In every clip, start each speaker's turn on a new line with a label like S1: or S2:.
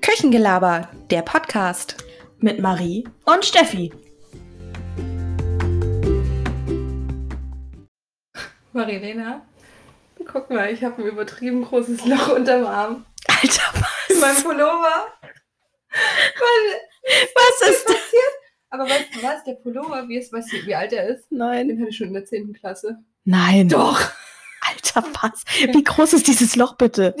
S1: Küchengelaber, der Podcast.
S2: Mit Marie und Steffi.
S3: Marilena, guck mal, ich habe ein übertrieben großes Loch unterm Arm.
S1: Alter,
S3: In meinem Pullover. Was,
S1: was ist das?
S3: passiert? Aber weißt du was? Der Pullover, wie, ist, weißt du, wie alt er ist?
S1: Nein.
S3: Den hatte ich schon in der 10. Klasse.
S1: Nein.
S3: Doch.
S1: Alter, was? Wie groß ist dieses Loch bitte?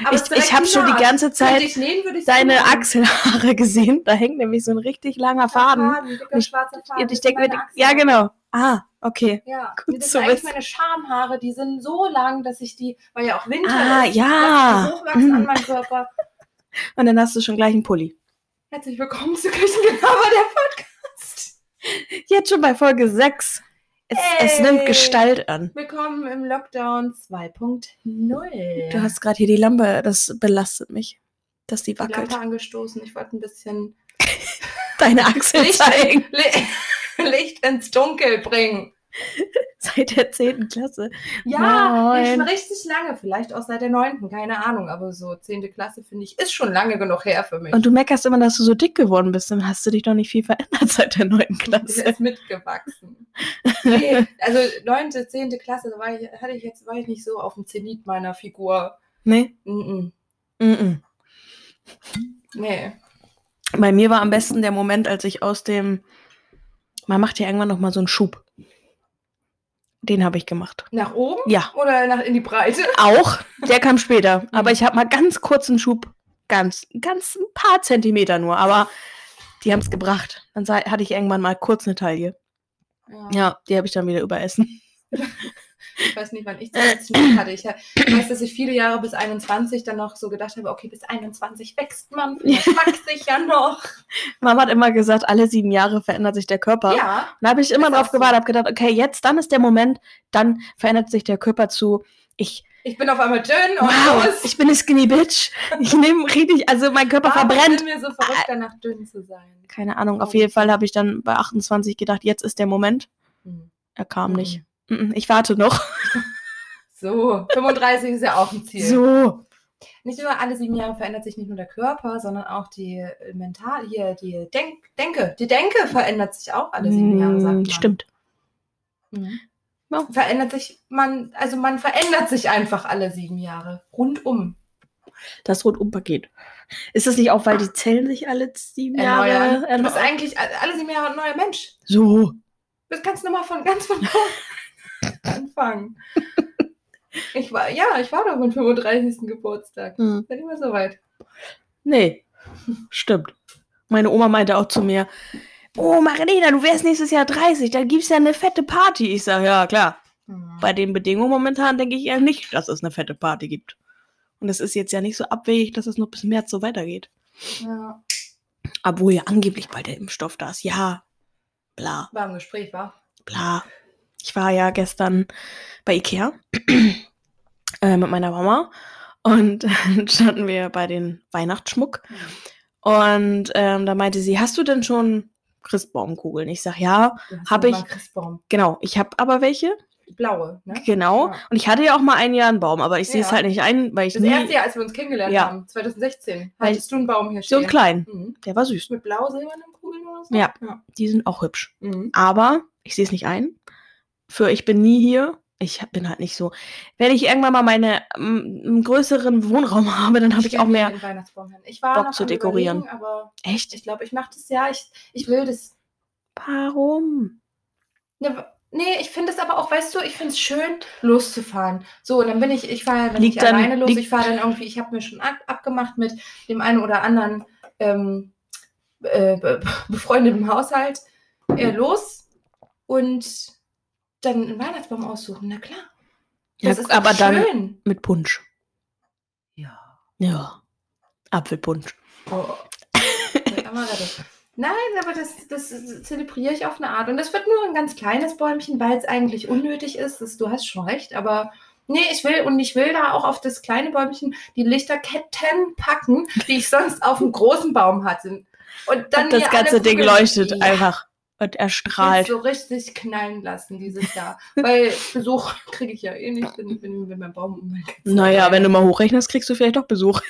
S3: Aber
S1: ich
S3: ist direkt
S1: ich habe schon die
S3: nah.
S1: ganze
S3: Könnte
S1: Zeit
S3: ich nähen, würde ich
S1: deine
S3: sagen.
S1: Achselhaare gesehen. Da hängt nämlich so ein richtig langer Faden.
S3: Faden, dicker,
S1: Und ich-
S3: schwarzer Faden.
S1: Und ich
S3: das sind
S1: denke mir,
S3: meine Achseln.
S1: ja genau. Ah, okay.
S3: Ja,
S1: Gut
S3: das
S1: zu
S3: sind eigentlich
S1: wissen.
S3: meine Schamhaare, die sind so lang, dass ich die, weil ja auch Winter
S1: Ah,
S3: ist, dass die
S1: ja.
S3: hochwachsen an
S1: Mhm.
S3: meinem Körper.
S1: Und dann hast du schon gleich einen Pulli.
S3: Herzlich willkommen zu Küchengelaber, der Podcast.
S1: Jetzt schon bei Folge 6. Es, es
S3: Ey.
S1: nimmt Gestalt an.
S3: Willkommen im Lockdown 2.0.
S1: Du hast gerade hier die Lampe, das belastet mich, dass die
S3: die
S1: wackelt.
S3: Lampe angestoßen. Ich wollte ein bisschen
S1: Deine Achsel
S3: Licht,
S1: zeigen.
S3: Li- Licht ins Dunkel bringen.
S1: Seit der 10. Klasse.
S3: Ja,
S1: Moin.
S3: ja, schon richtig lange. Vielleicht auch seit der 9. Keine Ahnung. Aber so 10. Klasse, finde ich, ist schon lange genug her für mich.
S1: Und du meckerst immer, dass du so dick geworden bist. Dann hast du dich doch nicht viel verändert seit der 9.
S3: Sie
S1: Klasse.
S3: ist mitgewachsen. Nee, also 9., 10. Klasse, da war ich, hatte ich jetzt, war ich nicht so auf dem Zenit meiner Figur.
S1: Nee?
S3: Mm -mm.
S1: Mm
S3: Nee.
S1: -mm. Bei mir war am besten der Moment, als ich aus dem. Man macht ja irgendwann nochmal so einen Schub. Den habe ich gemacht.
S3: Nach oben
S1: Ja,
S3: oder nach in die Breite?
S1: auch. Der kam später. Aber ich habe mal ganz kurzen Schub. Ganz, ganz ein paar Zentimeter nur. Aber die haben es gebracht. Dann sei, hatte ich irgendwann mal kurz eine Taille. Ja, die habe ich dann wieder überessen.
S3: Ich weiß nicht, wann ich das letzte Mal hatte. Ich weiß, dass ich viele Jahre bis 21 dann noch so gedacht habe, okay, bis 21 wächst man, vielleicht wächst sich ja noch.
S1: Mama hat immer gesagt, alle sieben Jahre verändert sich der Körper.
S3: Ja,
S1: Da habe ich immer
S3: Ist
S1: drauf
S3: auch so.
S1: gewartet, habe gedacht, okay, jetzt, dann ist der Moment, dann verändert sich der Körper zu, ich,
S3: ich bin auf einmal dünn und
S1: wow,
S3: groß.
S1: ich bin eine Skinny Bitch. Ich nehme richtig, also mein Körper
S3: Warum
S1: verbrennt.
S3: sind wir so verrückt, danach dünn zu sein?
S1: Keine Ahnung,
S3: Oh.
S1: auf jeden Fall habe ich dann bei 28 gedacht, jetzt ist der Moment.
S3: Hm.
S1: Er kam nicht.
S3: Mhm.
S1: Mm, mm, Ich warte noch.
S3: So, 35 ist ja auch ein Ziel.
S1: So.
S3: Nicht nur alle sieben Jahre verändert sich nicht nur der Körper, sondern auch die äh, Mental, hier die Denk Denke. Die Denke verändert sich auch alle sieben Jahre, sagt
S1: Mm,
S3: man.
S1: Stimmt.
S3: Mhm.
S1: Ja.
S3: Verändert sich man, also man verändert sich einfach alle sieben Jahre. Rundum.
S1: Das Rundum-Paket. Ist das nicht auch, weil die Zellen sich alle sieben Jahre
S3: erneuern. Du bist
S1: erneuern?
S3: eigentlich a- alle sieben Jahre ein neuer Mensch.
S1: So.
S3: Du bist ganz normal von ganz von vorne anfangen. Ich war, ja, ich war doch meinen 35. Geburtstag.
S1: Hm.
S3: Bin immer so weit.
S1: Nee, stimmt. Meine Oma meinte auch zu mir, oh Marilena, du wärst nächstes Jahr 30, dann gibt's ja eine fette Party. Ich sage, ja klar, bei den Bedingungen momentan denke ich eher nicht, dass es eine fette Party gibt. Und es ist jetzt ja nicht so abwegig, dass es noch bis März so weitergeht.
S3: Ja,
S1: Obwohl ja angeblich bald der Impfstoff da ist. Ja, bla,
S3: war im Gespräch, war.
S1: bla. Ich war ja gestern bei Ikea äh, mit meiner Mama und dann standen wir bei den Weihnachtsschmuck und ähm, da meinte sie, hast du denn schon Christbaumkugeln? Ich sag ja,
S3: Du hast
S1: Hab
S3: doch
S1: ich-
S3: mal einen Christbaum.
S1: genau. Ich habe aber welche,
S3: Die blaue, ne?
S1: genau.
S3: Ja.
S1: Und ich hatte ja auch mal ein Jahr einen Baum, aber ich sehe es
S3: Ja.
S1: halt nicht ein, weil ich
S3: Das erste
S1: nie
S3: Jahr, als wir uns kennengelernt
S1: Ja.
S3: haben, 2016,
S1: Weil-
S3: hattest du einen Baum hier
S1: so
S3: stehen.
S1: einen kleinen.
S3: Mhm.
S1: Der war süß.
S3: Mit blau-silbernen Kugeln oder so?
S1: Ja.
S3: ja.
S1: Die sind auch hübsch.
S3: Mhm.
S1: Aber ich sehe es nicht ein. Für ich bin nie hier. Ich hab- bin halt nicht so. Wenn ich irgendwann mal meine ähm, einen größeren Wohnraum habe, dann habe ich
S3: stell
S1: auch
S3: mir
S1: mehr.
S3: den Weihnachtsbaum hin. Ich war
S1: Bock
S3: noch
S1: zu
S3: am
S1: dekorieren.
S3: Überlegen, aber
S1: Echt?
S3: ich glaube, ich mache das ja. Ich, ich will das
S1: Warum?
S3: Ne, w- nee, ich finde es aber auch, weißt du, ich finde es schön, loszufahren. So, und dann bin ich, ich fahre ja dann
S1: Liegt
S3: nicht
S1: dann-
S3: alleine los,
S1: liegt-
S3: ich fahre dann irgendwie, ich habe mir schon ab, abgemacht mit dem einen oder anderen ähm, äh, be- befreundeten Haushalt äh, los und dann einen Weihnachtsbaum aussuchen, na klar.
S1: Ja,
S3: Das ist
S1: aber
S3: doch
S1: dann
S3: schön.
S1: mit Punsch.
S3: Ja.
S1: Ja. Apfelpunsch.
S3: Oh. Mit Amaretto. Nein, aber das, das zelebriere ich auf eine Art. Und das wird nur ein ganz kleines Bäumchen, weil es eigentlich unnötig ist. Das, du hast schon recht, aber nee, ich will und ich will da auch auf das kleine Bäumchen die Lichterketten packen, die ich sonst auf dem großen Baum hatte. Und dann
S1: Und das
S3: mir
S1: ganze
S3: alle
S1: Ding
S3: Kugeln-
S1: leuchtet
S3: Ja,
S1: einfach und erstrahlt.
S3: So richtig knallen lassen dieses Jahr. Weil Besuch kriege ich ja eh nicht, wenn, wenn, wenn mein Baum um
S1: naja, wenn du mal hochrechnest, kriegst du vielleicht doch Besuch.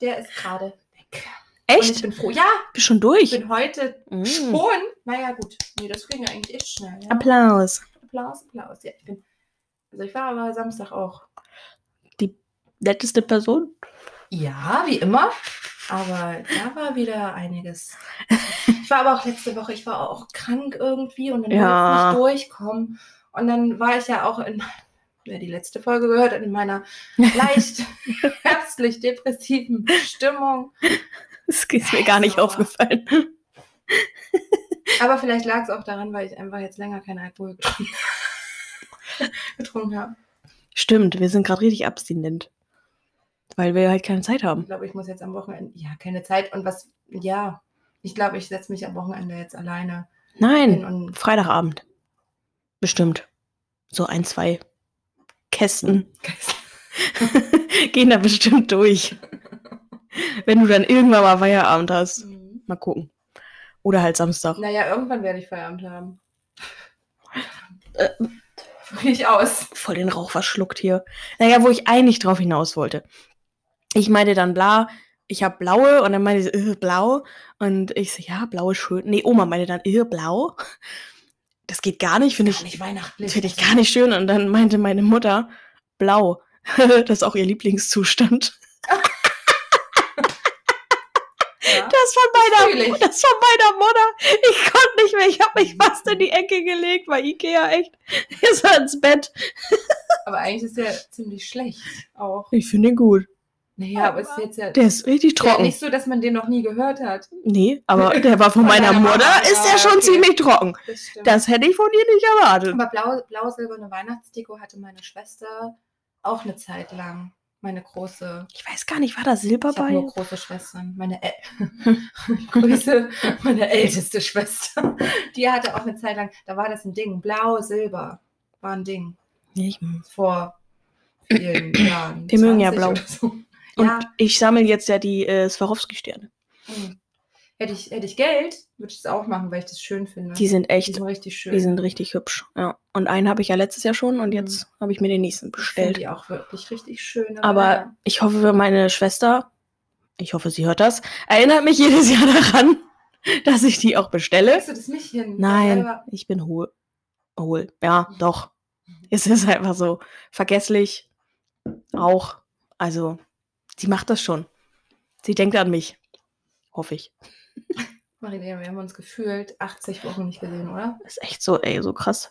S3: Der ist gerade weg. Und ich
S1: Echt?
S3: bin froh. Ja,
S1: Bist schon
S3: ich
S1: durch?
S3: bin heute
S1: Mm.
S3: schon. Naja, gut. Nee, das ging ja eigentlich echt schnell. Ja.
S1: Applaus.
S3: Applaus, Applaus. Ja, ich bin. Also ich war aber Samstag auch.
S1: Netteste Person?
S3: Ja, wie immer. Aber da war wieder einiges. Ich war aber auch letzte Woche, ich war auch krank irgendwie und dann
S1: Ja.
S3: wollte ich nicht durchkommen. Und dann war ich ja auch in, wer die letzte Folge gehört hat, in meiner leicht herbstlich depressiven Stimmung.
S1: Das ist mir gar nicht
S3: Sauer.
S1: aufgefallen.
S3: Aber vielleicht lag es auch daran, weil ich einfach jetzt länger keinen Alkohol getrunken, getrunken habe.
S1: Stimmt, wir sind gerade richtig abstinent. Weil wir halt keine Zeit
S3: Ich
S1: haben.
S3: glaube, ich muss jetzt am Wochenende, ja, keine Zeit. Und was, ja, ich glaube, ich setze mich am Wochenende jetzt alleine hin
S1: Nein,
S3: und
S1: Freitagabend. Bestimmt. So ein, zwei Kästen gehen da bestimmt durch. Wenn du dann irgendwann mal Feierabend hast.
S3: Mhm.
S1: Mal gucken. Oder halt Samstag.
S3: Naja, irgendwann werde ich Feierabend haben.
S1: Äh.
S3: Gehe ich aus.
S1: voll den Rauch verschluckt hier. Naja, wo ich eigentlich drauf hinaus wollte. Ich meinte dann bla, ich habe blaue und dann meinte sie, äh, blau. Und ich so, ja, blau ist schön. Nee, Oma meinte dann, äh, blau. Das geht gar nicht, finde ich,
S3: Nicht weihnachtlich.
S1: find ich gar nicht schön. Und dann meinte meine Mutter, blau. das ist auch ihr Lieblingszustand.
S3: Ja.
S1: Das von meiner,
S3: Natürlich.
S1: das von meiner Mutter. Ich konnte nicht mehr. Ich habe mich fast in die Ecke gelegt bei Ikea, echt. Ist ins Bett.
S3: Aber eigentlich ist der ziemlich schlecht auch.
S1: Ich finde ihn gut.
S3: Naja, aber ist jetzt ja
S1: Der ist richtig
S3: ist ja
S1: trocken.
S3: nicht so, dass man den noch nie gehört hat.
S1: Nee, aber der war von Ah,
S3: Von
S1: meiner
S3: deiner Mama,
S1: Mutter, ist
S3: ja,
S1: der schon
S3: okay.
S1: ziemlich trocken.
S3: Das stimmt.
S1: Das hätte ich von ihr nicht erwartet.
S3: aber blau, blau-silberne Weihnachtsdeko hatte meine Schwester auch eine Zeit lang. Meine große.
S1: Ich weiß gar nicht, war da Silber
S3: Ich habe
S1: bei?
S3: nur große Schwestern. Meine, Äl Grüße, meine älteste Schwester. Die hatte auch eine Zeit lang, da war das ein Ding. Blau, Silber war ein Ding.
S1: Nee, ich- Und
S3: vor vielen Jahren.
S1: Wir mögen ja
S3: 20
S1: blau.
S3: oder So. Ja,
S1: ich sammle jetzt ja die äh, Swarovski-Sterne.
S3: mh. Hm. hätte ich, hätte ich Geld, würde ich das auch machen, weil ich das schön finde.
S1: Die sind
S3: Die
S1: echt,
S3: sind richtig schön.
S1: die sind richtig hübsch. Ja. Und einen habe ich ja letztes Jahr schon und jetzt habe ich mir den nächsten
S3: Ich finde
S1: bestellt.
S3: die auch wirklich richtig schön.
S1: Aber ich hoffe, meine Schwester, ich hoffe, sie hört das, erinnert mich jedes Jahr daran, dass ich die auch
S3: ja.
S1: bestelle.
S3: Kriegst du das nicht hin?
S1: Nein,
S3: Selber-
S1: ich bin hohl. Hohl. Ja, doch.
S3: Mhm.
S1: Es ist einfach so vergesslich. Auch. Also, sie macht das schon. Sie denkt an mich. Hoffe ich.
S3: Marilena, wir haben uns gefühlt 80 Wochen nicht gesehen, oder?
S1: Ist echt so, ey, so krass.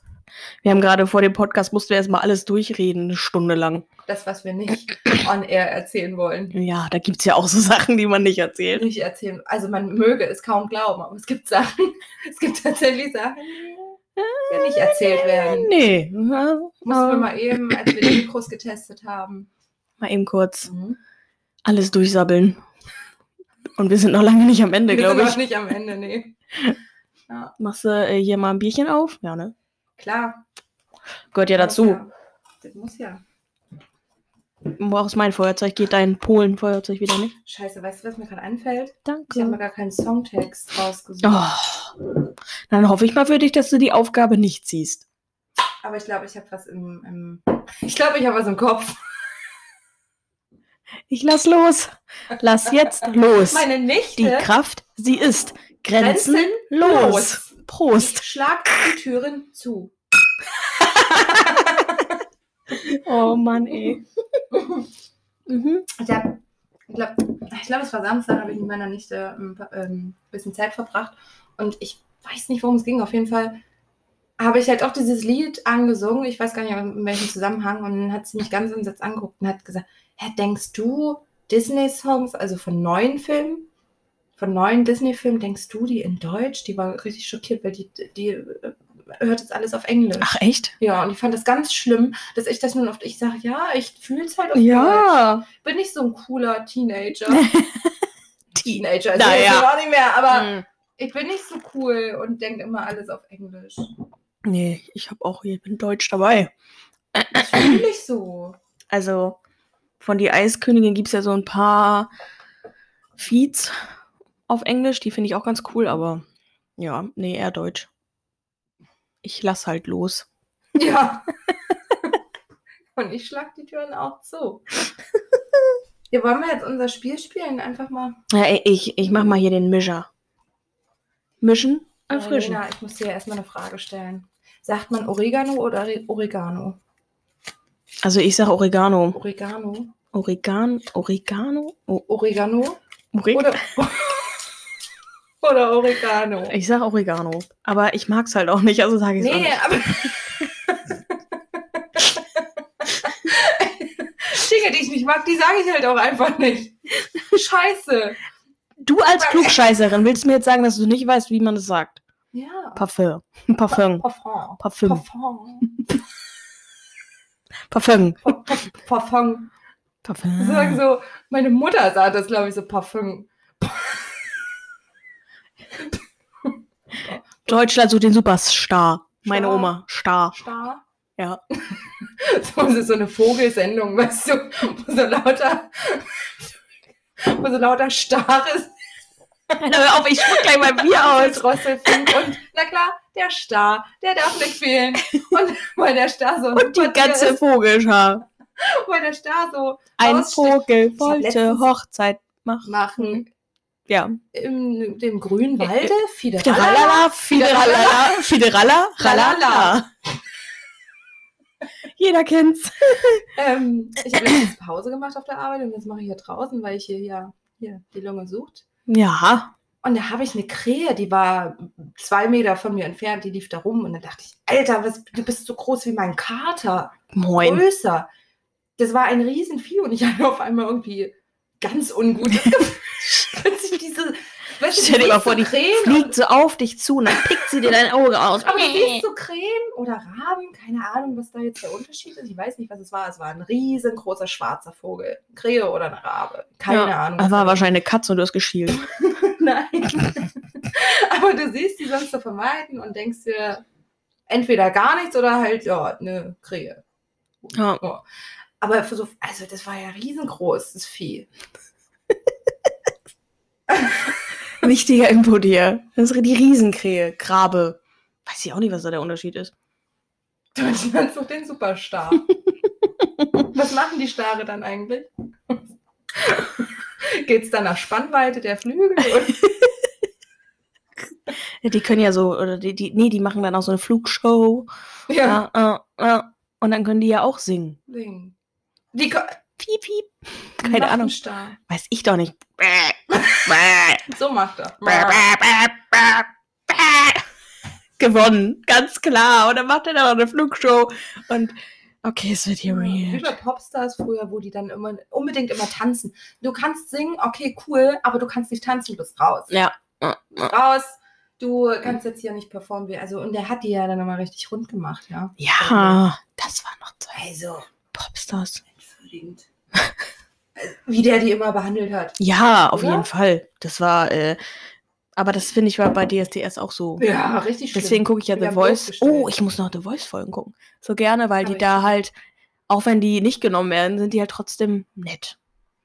S1: Wir haben gerade vor dem Podcast, mussten wir erstmal alles durchreden, eine Stunde lang.
S3: Das, was wir nicht on air erzählen wollen.
S1: Ja, da gibt es ja auch so Sachen, die man nicht erzählt.
S3: Nicht erzählen. Also man möge es kaum glauben, aber es gibt Sachen, es gibt tatsächlich Sachen, die nicht erzählt werden.
S1: Nee. Mussten
S3: Mussten wir mal eben, als wir die Mikros getestet haben.
S1: mal eben kurz alles durchsabbeln. Und wir sind noch lange nicht am Ende,
S3: Wir
S1: glaube
S3: sind
S1: ich.
S3: noch nicht am Ende, nee. Ja,
S1: Machst du äh, hier mal ein Bierchen auf? Ja, ne?
S3: klar.
S1: Gehört ja dazu.
S3: Muss ja. Das muss ja.
S1: Du brauchst mein Feuerzeug, geht dein Polen-Feuerzeug wieder nicht.
S3: Scheiße, weißt du, was mir gerade einfällt? Ich habe mir
S1: Danke.
S3: gar keinen Songtext rausgesucht.
S1: Oh. Dann hoffe ich mal für dich, dass du die Aufgabe nicht siehst.
S3: Aber ich glaube, ich habe was im, im Ich glaube, ich habe was im Kopf.
S1: Ich lass los. Lass jetzt los.
S3: Meine Nichte
S1: die Kraft, sie ist grenzenlos. Prost.
S3: Schlag die Türen zu.
S1: Oh Mann, ey. Mhm.
S3: Ich habe, ich glaube, ich glaub, es war Samstag, habe ich mit meiner Nichte ein paar- ähm, bisschen Zeit verbracht. Und ich weiß nicht, worum es ging. Auf jeden Fall habe ich halt auch dieses Lied angesungen. Ich weiß gar nicht, in welchem Zusammenhang. Und dann hat sie mich ganz im Satz angeguckt und hat gesagt, Hä, denkst du, Disney-Songs, also von neuen Filmen, von neuen Disney-Filmen, denkst du die in Deutsch? Die war richtig schockiert, weil die, die äh, hört jetzt alles auf Englisch.
S1: Ach, echt?
S3: Ja, und ich fand das ganz schlimm, dass ich das nun oft, ich sage, ja, ich fühle es halt auf Deutsch
S1: Ja.
S3: bin nicht so ein cooler Teenager.
S1: Die.
S3: Teenager ist
S1: Naja.
S3: naja. auch nicht mehr, aber
S1: Mhm.
S3: ich bin nicht so cool und denke immer alles auf Englisch.
S1: Nee, ich habe auch hier, bin Deutsch dabei.
S3: Das fühle ich so.
S1: Also, von die Eiskönigin gibt es ja so ein paar Feeds auf Englisch, die finde ich auch ganz cool, aber ja, nee, eher Deutsch. Ich lass halt los.
S3: Ja. und ich schlag die Türen auch zu. Hier wollen wir jetzt unser Spiel spielen, einfach mal.
S1: Ja, ey, ich, ich mach mal hier den Mischer. Mischen, erfrischen.
S3: Alena, ich muss dir erstmal eine Frage stellen. Sagt man Oregano oder Re- Oregano?
S1: Also ich sag Oregano.
S3: Oregano?
S1: Oregan, Oregano? O
S3: Oregano?
S1: Oreg
S3: Oder, oder Oregano?
S1: ich sag Oregano. Aber ich mag's halt auch nicht, also sage ich's auch
S3: Nee,
S1: nicht.
S3: aber. Dinge, die ich nicht mag, die sage ich halt auch einfach nicht. Scheiße.
S1: Du als Klugscheißerin willst mir jetzt sagen, dass du nicht weißt, wie man es sagt.
S3: Ja.
S1: Parfum. Parfum.
S3: Parfum.
S1: Parfum.
S3: Parfum.
S1: Parfum.
S3: Parfum.
S1: Ah.
S3: Die Sagen
S1: Parfum.
S3: so, meine Mutter sah das, glaube ich, so Parfum.
S1: Deutschland sucht den Superstar. Meine
S3: Star.
S1: Oma. Star.
S3: Star.
S1: Ja.
S3: So, das ist so eine Vogelsendung, weißt du, wo so lauter, wo so lauter Starres
S1: Alter, hör auf, ich spuck gleich mein Bier aus.
S3: Drosselfunk und na klar, der Star, der darf nicht fehlen. Und weil der Star so
S1: Und die ganze Vogelschar.
S3: weil der Star so
S1: Ein
S3: ausstechen
S1: Vogel wollte
S3: letztens-
S1: Hochzeit machen.
S3: machen
S1: Ja.
S3: im dem grünen Walde, Fiederalala.
S1: Fideralala, Fideralala, Fideralla, Ah, Ralala. Jeder kennt's.
S3: Ähm, ich habe letztens Pause gemacht auf der Arbeit und das mache ich hier draußen, weil ich hier ja hier die Lunge sucht.
S1: Ja.
S3: Und da habe ich eine Krähe, die war zwei Meter von mir entfernt, die lief da rum und dann dachte ich, Alter, was, du bist so groß wie mein Kater,
S1: Moin.
S3: größer. Das war ein Riesenvieh und ich hatte auf einmal irgendwie ganz ungutes Gefühl, als ich diese, weißt du,
S1: Stell dir
S3: siehst
S1: mal vor,
S3: so
S1: die
S3: Krähen
S1: Fliegt so auf dich zu und dann pickt sie dir dein Auge aus.
S3: Aber du siehst so Krähen oder Raben, keine Ahnung, was da jetzt der Unterschied ist. Ich weiß nicht, was es war. Es war ein riesengroßer schwarzer Vogel. Krähe oder eine Rabe. Keine
S1: Ja,
S3: Ahnung.
S1: Das
S3: was
S1: war
S3: da-
S1: wahrscheinlich eine Katze und du hast geschielt.
S3: Nein. Aber du siehst die sonst zu vermeiden und denkst dir entweder gar nichts oder halt, ja, eine Krähe.
S1: Ja.
S3: Aber für so, also das war ja riesengroß, das Vieh.
S1: Wichtiger Info dir. Das ist die Riesenkrähe. Grabe. Weiß ich auch nicht, was da der Unterschied ist.
S3: Deutschland sucht den Superstar. Was machen die Stare dann eigentlich? Geht es dann nach Spannweite der Flügel? Und
S1: Ja, Die können ja so, oder die, die, nee, die machen dann auch so eine Flugshow.
S3: ja.
S1: Ja, äh, äh. Und dann können die ja auch singen.
S3: singen. Die Ko-
S1: Piep, piep.
S3: die
S1: Keine
S3: machen
S1: Ahnung.
S3: Star.
S1: Weiß ich doch nicht. Bäh. Bäh.
S3: So macht er.
S1: Bäh, bäh, bäh, bäh, bäh. Gewonnen, ganz klar. Und dann macht er da noch eine Flugshow. Und okay, es wird hier
S3: Wie
S1: weird.
S3: bei Popstars früher, wo die dann immer unbedingt immer tanzen. Du kannst singen, okay, cool, aber du kannst nicht tanzen, du bist raus.
S1: Ja.
S3: Raus. Du kannst jetzt hier nicht performen. wie- Also, und der hat die ja dann nochmal richtig rund gemacht, ja.
S1: Ja, das war noch zwei
S3: Also,
S1: Popstars.
S3: entschuldigend. Also, Wie der die immer behandelt hat.
S1: Ja, auf
S3: Oder?
S1: jeden Fall. Das war, äh, aber das finde ich war bei DSDS auch so.
S3: Ja, richtig schlimm.
S1: Deswegen gucke ich ja
S3: Wieder
S1: The Voice.
S3: bloßgestellt.
S1: Oh, ich muss noch The Voice-Folgen gucken. So gerne, weil
S3: Aber
S1: die
S3: ich-
S1: da halt, auch wenn die nicht genommen werden, sind die halt trotzdem nett.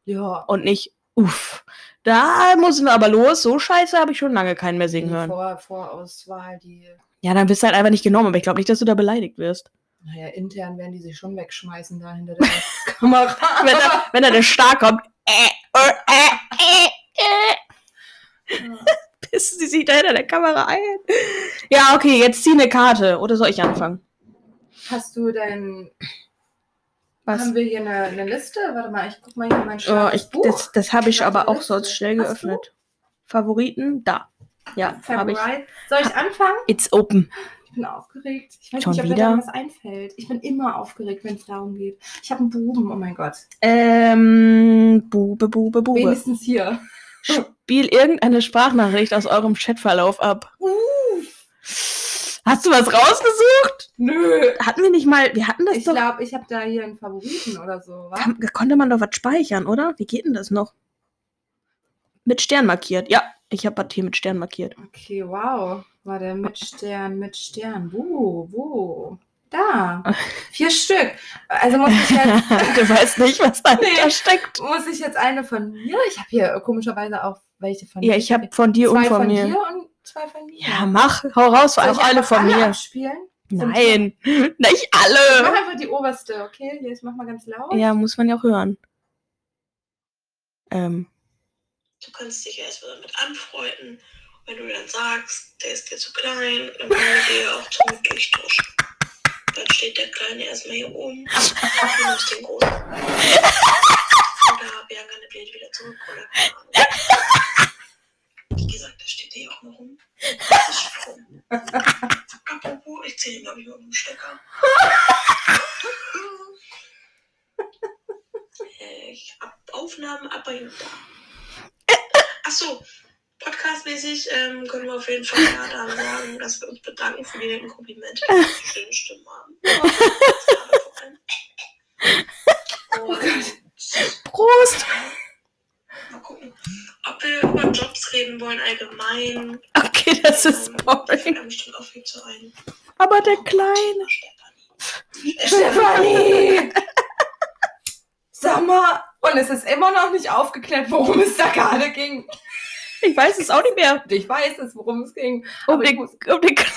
S3: ja.
S1: Und nicht, uff. Da müssen wir aber los. So scheiße habe ich schon lange keinen mehr
S3: Die
S1: singen hören.
S3: Vor Vorauswahl, die,
S1: Ja, dann bist du halt einfach nicht genommen, aber ich glaube nicht, dass du da beleidigt wirst.
S3: naja, intern werden die sich schon wegschmeißen da hinter der Kamera.
S1: Wenn da, wenn da der Star kommt, äh, äh, äh, äh,
S3: Ja.
S1: äh, pissen sie sich da hinter der Kamera ein. Ja, okay, jetzt zieh eine Karte. Oder soll ich anfangen?
S3: Hast du dein.
S1: Was?
S3: Haben wir hier eine, eine Liste? Warte mal, ich guck mal hier in mein
S1: Oh,
S3: schlaues
S1: ich,
S3: Buch.
S1: das das habe ich
S3: Warte,
S1: aber auch
S3: Liste.
S1: sonst schnell
S3: Hast
S1: geöffnet. Favoriten? Da. Ja, habe ich.
S3: Favorite. Soll ich anfangen?
S1: It's open.
S3: Ich bin aufgeregt. Ich weiß
S1: Schon
S3: nicht, ob
S1: wieder?
S3: mir da was einfällt. Ich bin immer aufgeregt, wenn es darum geht. Ich habe einen Buben, oh mein Gott.
S1: Ähm, Bube, Bube, Bube.
S3: Wenigstens hier.
S1: Spiel irgendeine Sprachnachricht aus eurem Chatverlauf ab. Hast du was rausgesucht?
S3: Nö.
S1: Hatten wir nicht mal, wir hatten das
S3: Ich
S1: doch.
S3: glaube, ich habe da hier einen Favoriten oder so. Wa?
S1: Kann, konnte man doch was speichern, oder? Wie geht denn das noch? Mit Stern markiert. Ja, ich habe was hier mit Stern markiert.
S3: Okay, wow. War der mit Stern, mit Stern. Wo, wo? Da. Vier Stück. Also muss ich jetzt
S1: du weißt nicht, was dahinter
S3: Nee.
S1: steckt.
S3: Muss ich jetzt eine von mir? Ich habe hier komischerweise auch welche von
S1: Ja, ich habe von dir
S3: zwei
S1: und von,
S3: von
S1: mir.
S3: dir und zwei von mir.
S1: Ja, mach, hau raus, vor
S3: Soll
S1: allem
S3: ich
S1: alle
S3: einfach
S1: von mir. Äh.
S3: abspielen?
S1: Nein, nicht
S3: Ich mach
S1: alle.
S3: einfach die oberste, okay? Hier, ich mach mal ganz laut.
S1: Ja, muss man ja auch hören. Ähm,
S4: Du kannst dich erstmal damit anfreunden. Wenn du dann sagst, der ist dir zu klein, dann kann ich dir auch zum durchtauschen. Dann steht der Kleine erstmal hier oben und du nimmst den Großen. Oder Bianca nimmt ihn wieder zurück oder keine Ahnung. Wie gesagt, da steht der hier auch noch rum. Das ist Strom. Apropos, ich zähle ihn, glaube ich, mit dem Stecker. Äh, ich hab Aufnahmen, aber da. Achso, podcastmäßig ähm, können wir auf jeden Fall ja dann sagen, dass wir uns bedanken für die netten Komplimente, die wir zu schönen Stimmen haben. Und
S2: Prost!
S4: mal gucken, ob wir über Jobs reden wollen allgemein.
S1: okay, das ist
S4: Ähm, Da fällt
S1: boring.
S4: einem bestimmt auch viel zu ein.
S1: Aber der Kleine.
S4: Stefanie.
S3: Stefanie! Sag mal, und es ist immer noch nicht aufgeklärt, worum es da gerade ging.
S1: Ich weiß es auch nicht mehr.
S3: Ich weiß es, worum es ging.
S1: Um
S3: Aber ich
S1: den,
S3: muss-
S1: um den Kleinen.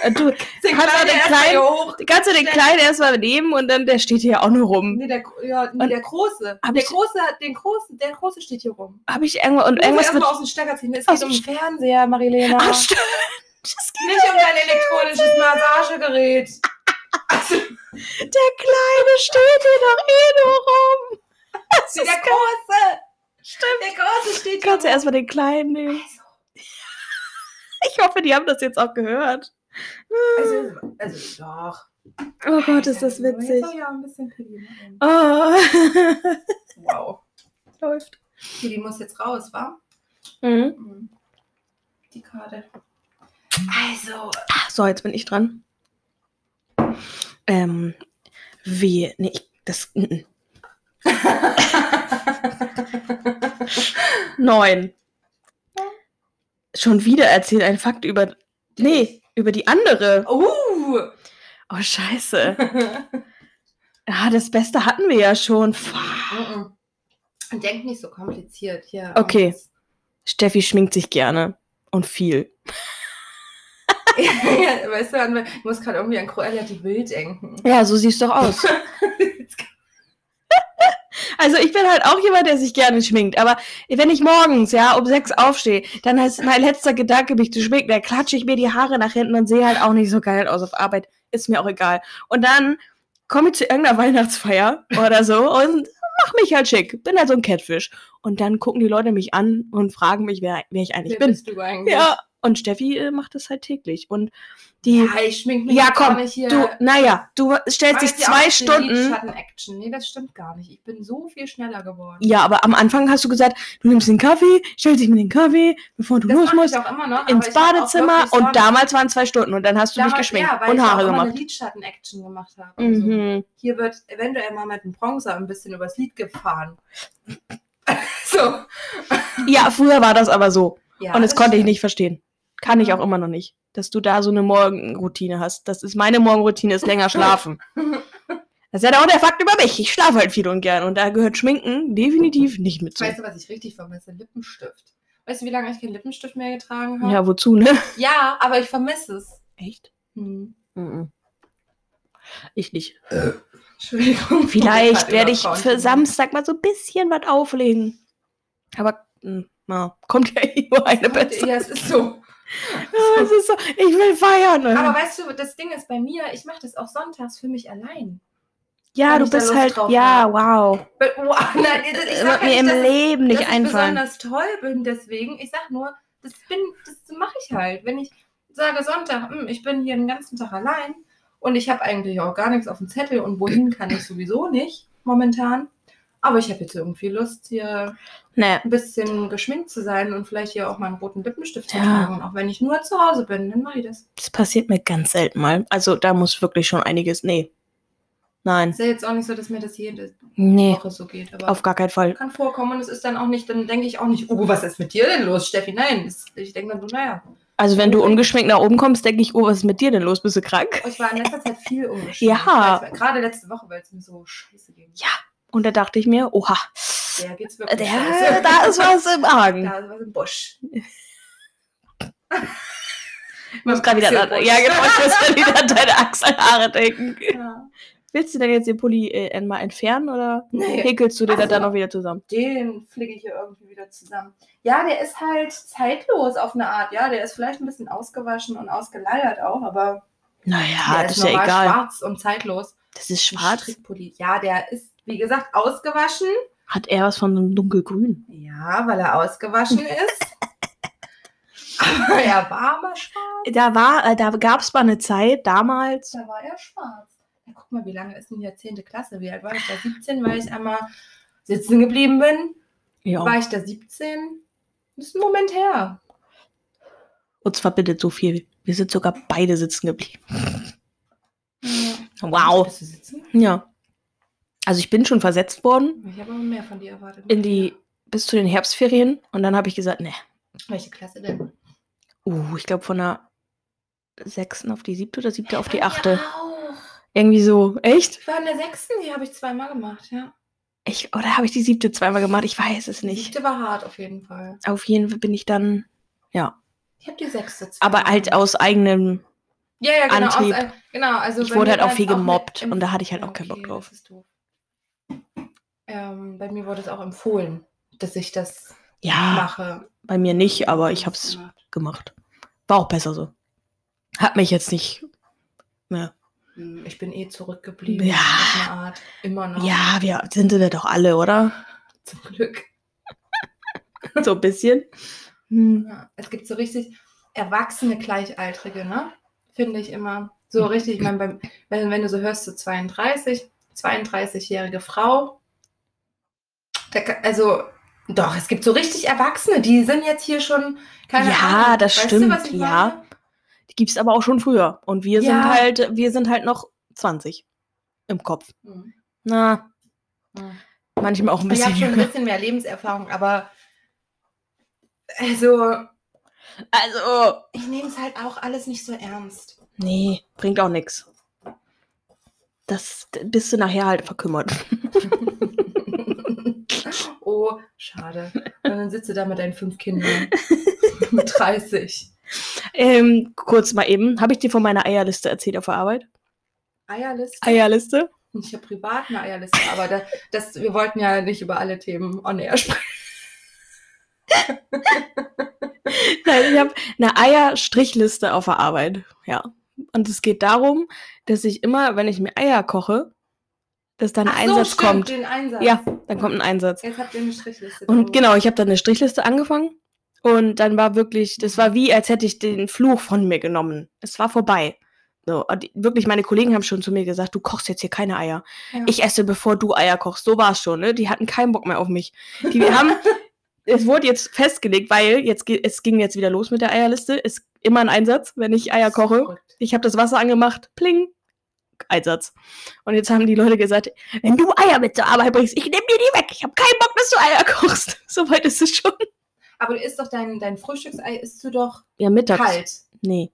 S1: Äh, Du,
S3: Den
S1: Hat er
S3: Kleinen
S1: den
S3: erst mal
S1: Kleinen-
S3: hier hoch.
S1: kannst du den Kleinen erstmal nehmen und dann, der steht hier auch nur rum.
S3: Nee, der, ja, nee,
S1: Und-
S3: der Große.
S1: Hab
S3: Der
S1: ich-
S3: Große hat den Großen, der Große steht hier rum.
S1: Hab ich irgendwas, und
S3: Du
S1: irgendwas
S3: musst erstmal
S1: mit,
S3: aus dem Stecker ziehen. Es
S1: Aus
S3: geht um
S1: dem
S3: den Fernseher, Marilena.
S1: ah, stimmt. Das geht
S3: Nicht um dein elektronisches Massagegerät. Also,
S1: Der Kleine steht hier doch eh nur rum. Das
S3: der
S1: ist geil.
S3: Große. Stimmt. Der Große steht hier
S1: Kannst du
S3: rum.
S1: erstmal den Kleinen nehmen. Ich hoffe, die haben das jetzt auch gehört.
S3: Also, also doch. also
S1: Oh Gott, ist das witzig.
S3: Jetzt hab ich auch ein bisschen Pedi.
S1: Oh.
S3: Wow.
S1: Läuft.
S3: Pedi muss jetzt raus, wa?
S1: Mhm.
S3: Die Karte. Also,
S1: So, jetzt bin ich dran. Ähm, wie, nee, ich, das, mm, n -n. Neun. Schon wieder erzählt ein Fakt über, nee, über die andere.
S3: uh!
S1: Oh, scheiße. Ah, das Beste hatten wir ja schon. Fuck.
S3: Mm-mm. Denk nicht so kompliziert hier.
S1: Okay. Steffi schminkt sich gerne. Und viel.
S3: Ja, weißt du, an- ich muss gerade irgendwie an Cruella die Wild denken.
S1: Ja, so siehst du doch aus. Also ich bin halt auch jemand, der sich gerne schminkt. Aber wenn ich morgens, ja, um sechs aufstehe, dann ist mein letzter Gedanke, mich zu schminken. Dann klatsche ich mir die Haare nach hinten und sehe halt auch nicht so geil aus auf Arbeit. Ist mir auch egal. Und dann komme ich zu irgendeiner Weihnachtsfeier oder so und mach mich halt schick. Bin halt so ein Catfish. Und dann gucken die Leute mich an und fragen mich, wer, wer ich eigentlich
S3: Wer
S1: bin.
S3: bist du eigentlich?
S1: Ja. Und Steffi äh, macht das halt täglich. Und die.
S3: Ja, ich schmink mich
S1: Ja,
S3: jetzt
S1: komm,
S3: auch nicht hier.
S1: Du, naja, du stellst dich zwei Stunden.
S3: Lidschatten-Action. Nee, das stimmt gar nicht. Ich bin so viel schneller geworden.
S1: Ja, aber am Anfang hast du gesagt, du nimmst den Kaffee, stellst dich mit den Kaffee, bevor du
S3: das
S1: los
S3: mach
S1: musst,
S3: ich auch immer noch. aber
S1: ins
S3: ich hab auch
S1: Badezimmer
S3: wirklich so
S1: und
S3: eine-
S1: damals waren zwei Stunden und dann hast du dich
S3: damals-
S1: geschminkt
S3: ja, weil
S1: und
S3: ich
S1: Haare
S3: auch immer eine
S1: gemacht.
S3: Lidschatten-Action gemacht habe. und so.
S1: Mhm.
S3: Hier wird eventuell mal mit dem Bronzer ein bisschen übers Lied gefahren. so.
S1: Ja, früher war das aber so
S3: Ja,
S1: und das, konnte ich
S3: stimmt.
S1: nicht verstehen. Kann ich auch immer noch nicht, dass du da so eine Morgenroutine hast. Das ist meine Morgenroutine, ist länger schlafen. Das ist ja auch der Fakt über mich. Ich schlafe halt viel und gern und da gehört Schminken definitiv nicht mit zu.
S3: Weißt du, was ich richtig vermisse? Lippenstift. Weißt du, wie lange ich keinen Lippenstift mehr getragen habe?
S1: Ja, wozu, ne?
S3: Ja, aber ich vermisse es.
S1: Echt?
S3: Hm.
S1: Mhm. Ich nicht.
S3: Entschuldigung.
S1: Vielleicht
S3: Hat
S1: werde ich
S3: überfraunt
S1: für
S3: gemacht.
S1: Samstag mal so ein bisschen was auflegen. Aber mh, na, kommt ja eh nur eine
S3: Kommt-
S1: Beste.
S3: Ja, es ist so.
S1: Ja, es ist so, ich will feiern.
S3: Aber weißt du, das Ding ist bei mir, ich mache das auch sonntags für mich allein.
S1: ja,
S3: wenn
S1: du
S3: ich da
S1: bist
S3: Lust
S1: halt.
S3: drauf
S1: Ja,
S3: habe.
S1: wow.
S3: Weil- Wow, oh, nein, ich
S1: Das
S3: sag
S1: wird mir
S3: ja
S1: im
S3: nicht, dass, ich-
S1: Leben nicht
S3: dass
S1: einfallen.
S3: ich besonders toll bin deswegen. Ich sag nur, das bin, das mache ich halt. Wenn ich sage Sonntag, hm, ich bin hier den ganzen Tag allein und ich habe eigentlich auch gar nichts auf dem Zettel und wohin kann ich sowieso nicht momentan. Aber ich habe jetzt irgendwie Lust, hier
S1: Nee.
S3: ein bisschen geschminkt zu sein und vielleicht hier auch mal einen roten Lippenstift zu
S1: Ja.
S3: tragen. Und auch wenn ich nur zu Hause bin, dann mache ich das.
S1: Das passiert mir ganz selten mal. Also da muss wirklich schon einiges. Nee. Nein.
S3: Ist ja jetzt auch nicht so, dass mir das jede
S1: Nee.
S3: Woche so geht. Aber
S1: Auf gar keinen Fall.
S3: kann vorkommen und es ist dann auch nicht, dann denke ich auch nicht, oh, was ist mit dir denn los, Steffi? Nein, es- ich denke dann so, naja,
S1: Also wenn du ungeschminkt nach oben kommst, denke ich, oh, was ist mit dir denn los? Bist du krank?
S3: ich war in letzter Zeit viel ungeschminkt.
S1: Ja.
S3: Weil es- Gerade letzte Woche, weil es mir so scheiße ging.
S1: Und da dachte ich mir, oha,
S3: Der geht's wirklich
S1: der,
S3: scheiße.
S1: da ist was im Argen.
S3: Da ist was im Busch.
S1: Ich muss gerade wieder,
S3: Axel
S1: an-
S3: Busch.
S1: ja genau, ich muss gerade wieder an deine Achselhaare denken.
S3: Ja.
S1: Willst du denn jetzt den Pulli äh, einmal entfernen oder
S3: Nee.
S1: häkelst du dir
S3: Ach
S1: das
S3: so.
S1: dann auch wieder zusammen?
S3: Den flicke ich hier irgendwie wieder zusammen. Ja, der ist halt zeitlos auf eine Art. Ja, der ist vielleicht ein bisschen ausgewaschen und ausgeleiert auch, aber
S1: Naja,
S3: der
S1: das ist ja
S3: normal
S1: egal.
S3: schwarz und zeitlos.
S1: Das ist
S3: Ein
S1: schwarz.
S3: Strickpulli. Ja, der ist, wie gesagt, ausgewaschen.
S1: Hat er was von einem dunkelgrün?
S3: Ja, weil er ausgewaschen ist. Aber er war mal schwarz.
S1: Da war, äh, da gab es mal eine Zeit damals.
S3: Da war er schwarz. Ja, guck mal, wie lange ist denn die 10. Klasse? Wie alt war ich da? 17, weil ich einmal sitzen geblieben bin.
S1: Ja.
S3: War ich da 17? Das ist ein Moment her.
S1: Uns verbindet so viel. Wir sind sogar beide sitzen geblieben. Wow.
S3: Bist du sitzen?
S1: Ja. Also ich bin schon versetzt worden
S3: Ich habe aber mehr von dir erwartet.
S1: in die bis zu den Herbstferien und dann habe ich gesagt, ne.
S3: Welche Klasse denn?
S1: Uh, ich glaube von der sechsten auf die siebte oder siebte auf die
S3: Ja,
S1: achte.
S3: auch.
S1: Irgendwie so. Echt?
S3: Ich war in der sechsten, die habe ich zweimal gemacht, ja.
S1: Ich, oder habe ich die siebte zweimal gemacht? Ich weiß es
S3: Die
S1: nicht.
S3: siebte war hart auf jeden Fall.
S1: Auf jeden Fall bin ich dann.
S3: Ich habe die sechste zweimal
S1: Aber halt
S3: gemacht.
S1: aus eigenem.
S3: ja, ja, genau,
S1: Antrieb.
S3: Aus, ein- genau, also
S1: Ich
S3: bei
S1: wurde
S3: mir
S1: halt auch
S3: war es
S1: viel
S3: mit
S1: gemobbt
S3: Empf-
S1: und da hatte ich halt
S3: Ja,
S1: auch keinen Bock
S3: okay,
S1: drauf.
S3: Das ist doof. Ähm, bei mir wurde es auch empfohlen, dass ich das
S1: Ja,
S3: mache.
S1: bei mir nicht, aber Ah, ich habe
S3: Hab's
S1: es
S3: gemacht.
S1: gemacht. War auch besser so. Hat mich jetzt nicht. Mehr.
S3: Hm, Ich bin eh zurückgeblieben.
S1: Ja.
S3: Auf eine Art. Immer noch.
S1: Ja, wir sind wir doch alle, oder?
S3: Zum Glück.
S1: So ein bisschen. Hm.
S3: Ja, es gibt so richtig erwachsene Gleichaltrige, ne? Finde ich immer. So richtig, ich meine, beim, wenn, wenn du so hörst, so 32, 32-jährige Frau. Da, ka- also, doch, es gibt so richtig Erwachsene, die sind jetzt hier schon, keine
S1: Ja,
S3: Ahnung.
S1: das
S3: weißt
S1: stimmt,
S3: du, was ich
S1: ja.
S3: meine?
S1: Die gibt es aber auch schon früher. Und wir sind
S3: Ja.
S1: halt, wir sind halt noch 20 im Kopf.
S3: Hm.
S1: Na,
S3: Hm.
S1: manchmal auch ein
S3: Ich
S1: bisschen.
S3: habe schon ein
S1: jünger.
S3: bisschen mehr Lebenserfahrung, aber also,
S1: Also,
S3: ich nehme es halt auch alles nicht so ernst.
S1: nee, bringt auch nichts. Das d- bist du nachher halt verkümmert.
S3: oh, schade. Und dann sitzt du da mit deinen fünf Kindern. mit 30.
S1: Ähm, kurz mal eben. Habe ich dir von meiner Eierliste erzählt auf der Arbeit?
S3: Eierliste?
S1: Eierliste?
S3: Ich habe privat eine Eierliste, aber da, das, wir wollten ja nicht über alle Themen on air sprechen.
S1: Nein, ich habe eine Eierstrichliste auf der Arbeit. Ja. Und es geht darum, dass ich immer, wenn ich mir Eier koche, dass da ein
S3: Ach so,
S1: Einsatz
S3: stimmt,
S1: kommt.
S3: Den Einsatz.
S1: Ja, dann kommt ein Einsatz.
S3: Jetzt habt ihr eine Strichliste.
S1: Und
S3: drauf.
S1: genau, ich habe dann eine Strichliste angefangen und dann war wirklich, das war wie, als hätte ich den Fluch von mir genommen. Es war vorbei. So, und die- wirklich, meine Kollegen haben schon zu mir gesagt, du kochst jetzt hier keine Eier.
S3: Ja.
S1: Ich esse, bevor du Eier kochst. So war es schon, ne? Die hatten keinen Bock mehr auf mich. Die wir haben, es wurde jetzt festgelegt, weil jetzt ge- es ging jetzt wieder los mit der Eierliste. Ist immer ein Einsatz, wenn ich Eier koche.
S3: Verrückt.
S1: Ich habe das Wasser angemacht, pling, Einsatz. Und jetzt haben die Leute gesagt, wenn du Eier mit zur Arbeit bringst, ich nehme dir die weg. Ich habe keinen Bock, dass du Eier kochst. so weit ist es schon.
S3: Aber du isst doch dein, dein Frühstücksei, isst du doch
S1: Ja, mittags.
S3: kalt.
S1: Nee,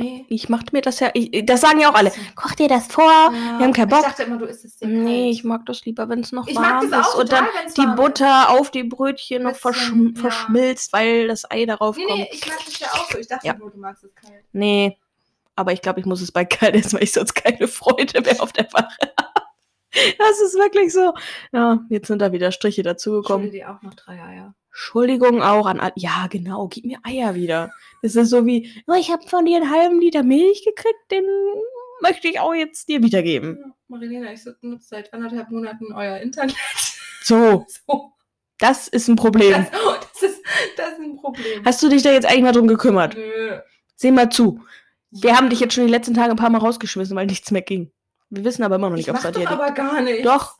S3: Nee.
S1: ich mach mir das ja, ich, das sagen ja auch alle. Koch dir das vor.
S3: Wir
S1: haben keinen Bock.
S3: Ich dachte immer, du isst es dir
S1: Nee,
S3: kalt.
S1: ich mag das lieber, wenn es noch
S3: Ich mag
S1: warm
S3: das
S1: ist.
S3: auch
S1: Und
S3: total,
S1: dann
S3: wenn's
S1: die
S3: warm
S1: Butter auf dem Brötchen noch
S3: Bisschen,
S1: verschm
S3: ja.
S1: verschmilzt, weil das Ei darauf
S3: Ist. Nee,
S1: kommt.
S3: nee, ich mag das ja auch so. Ich dachte
S1: Ja.
S3: nur, du magst es kalt.
S1: Nee, aber ich glaube, ich muss es bei kalt essen, weil ich sonst keine Freude mehr auf der Wache habe. Das ist wirklich so. Ja, jetzt sind da wieder Striche
S3: Schulde
S1: dazugekommen.
S3: dir auch noch drei Eier.
S1: Entschuldigung auch an all- Ja, genau, gib mir Eier wieder. Das ist so wie, oh, ich habe von dir einen halben Liter Milch gekriegt, den möchte ich auch jetzt dir wiedergeben.
S3: Ja, Marilena, ich nutze seit anderthalb Monaten euer Internet.
S1: So,
S3: So,
S1: das ist ein Problem.
S3: das, das, ist, das ist ein Problem.
S1: Hast du dich da jetzt eigentlich mal drum gekümmert?
S3: Nö.
S1: Seh mal zu. Wir haben dich jetzt schon die letzten Tage ein paar Mal rausgeschmissen, weil nichts mehr ging. Wir wissen aber immer noch
S3: Ich
S1: nicht, ob es
S3: mach
S1: an
S3: doch
S1: dir liegt.
S3: aber gar nicht.
S1: Doch.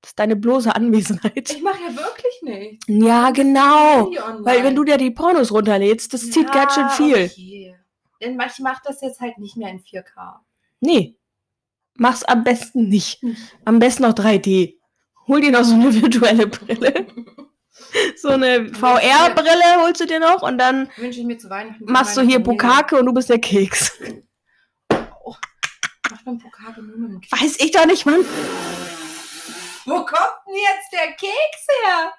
S1: Das ist deine bloße Anwesenheit.
S3: Ich mache ja wirklich nicht.
S1: Ja, genau.
S3: Nie online.
S1: Weil wenn du dir die Pornos runterlädst, das zieht
S3: Ja,
S1: ganz schön viel.
S3: Okay. Denn ich mache das jetzt halt nicht mehr in 4K.
S1: Nee. Mach's am besten nicht.
S3: Nicht.
S1: Am besten noch 3D. Hol dir noch so eine virtuelle Brille. So eine VR-Brille holst du dir noch und dann
S3: Wünsche ich mir zu Weihnachten. für
S1: machst du
S3: meine
S1: hier
S3: Familie.
S1: Bukake und du bist der Keks.
S3: Macht man Bukake nur mit dem Keks?
S1: Weiß ich doch nicht, Mann.
S3: Wo kommt denn jetzt der Keks her?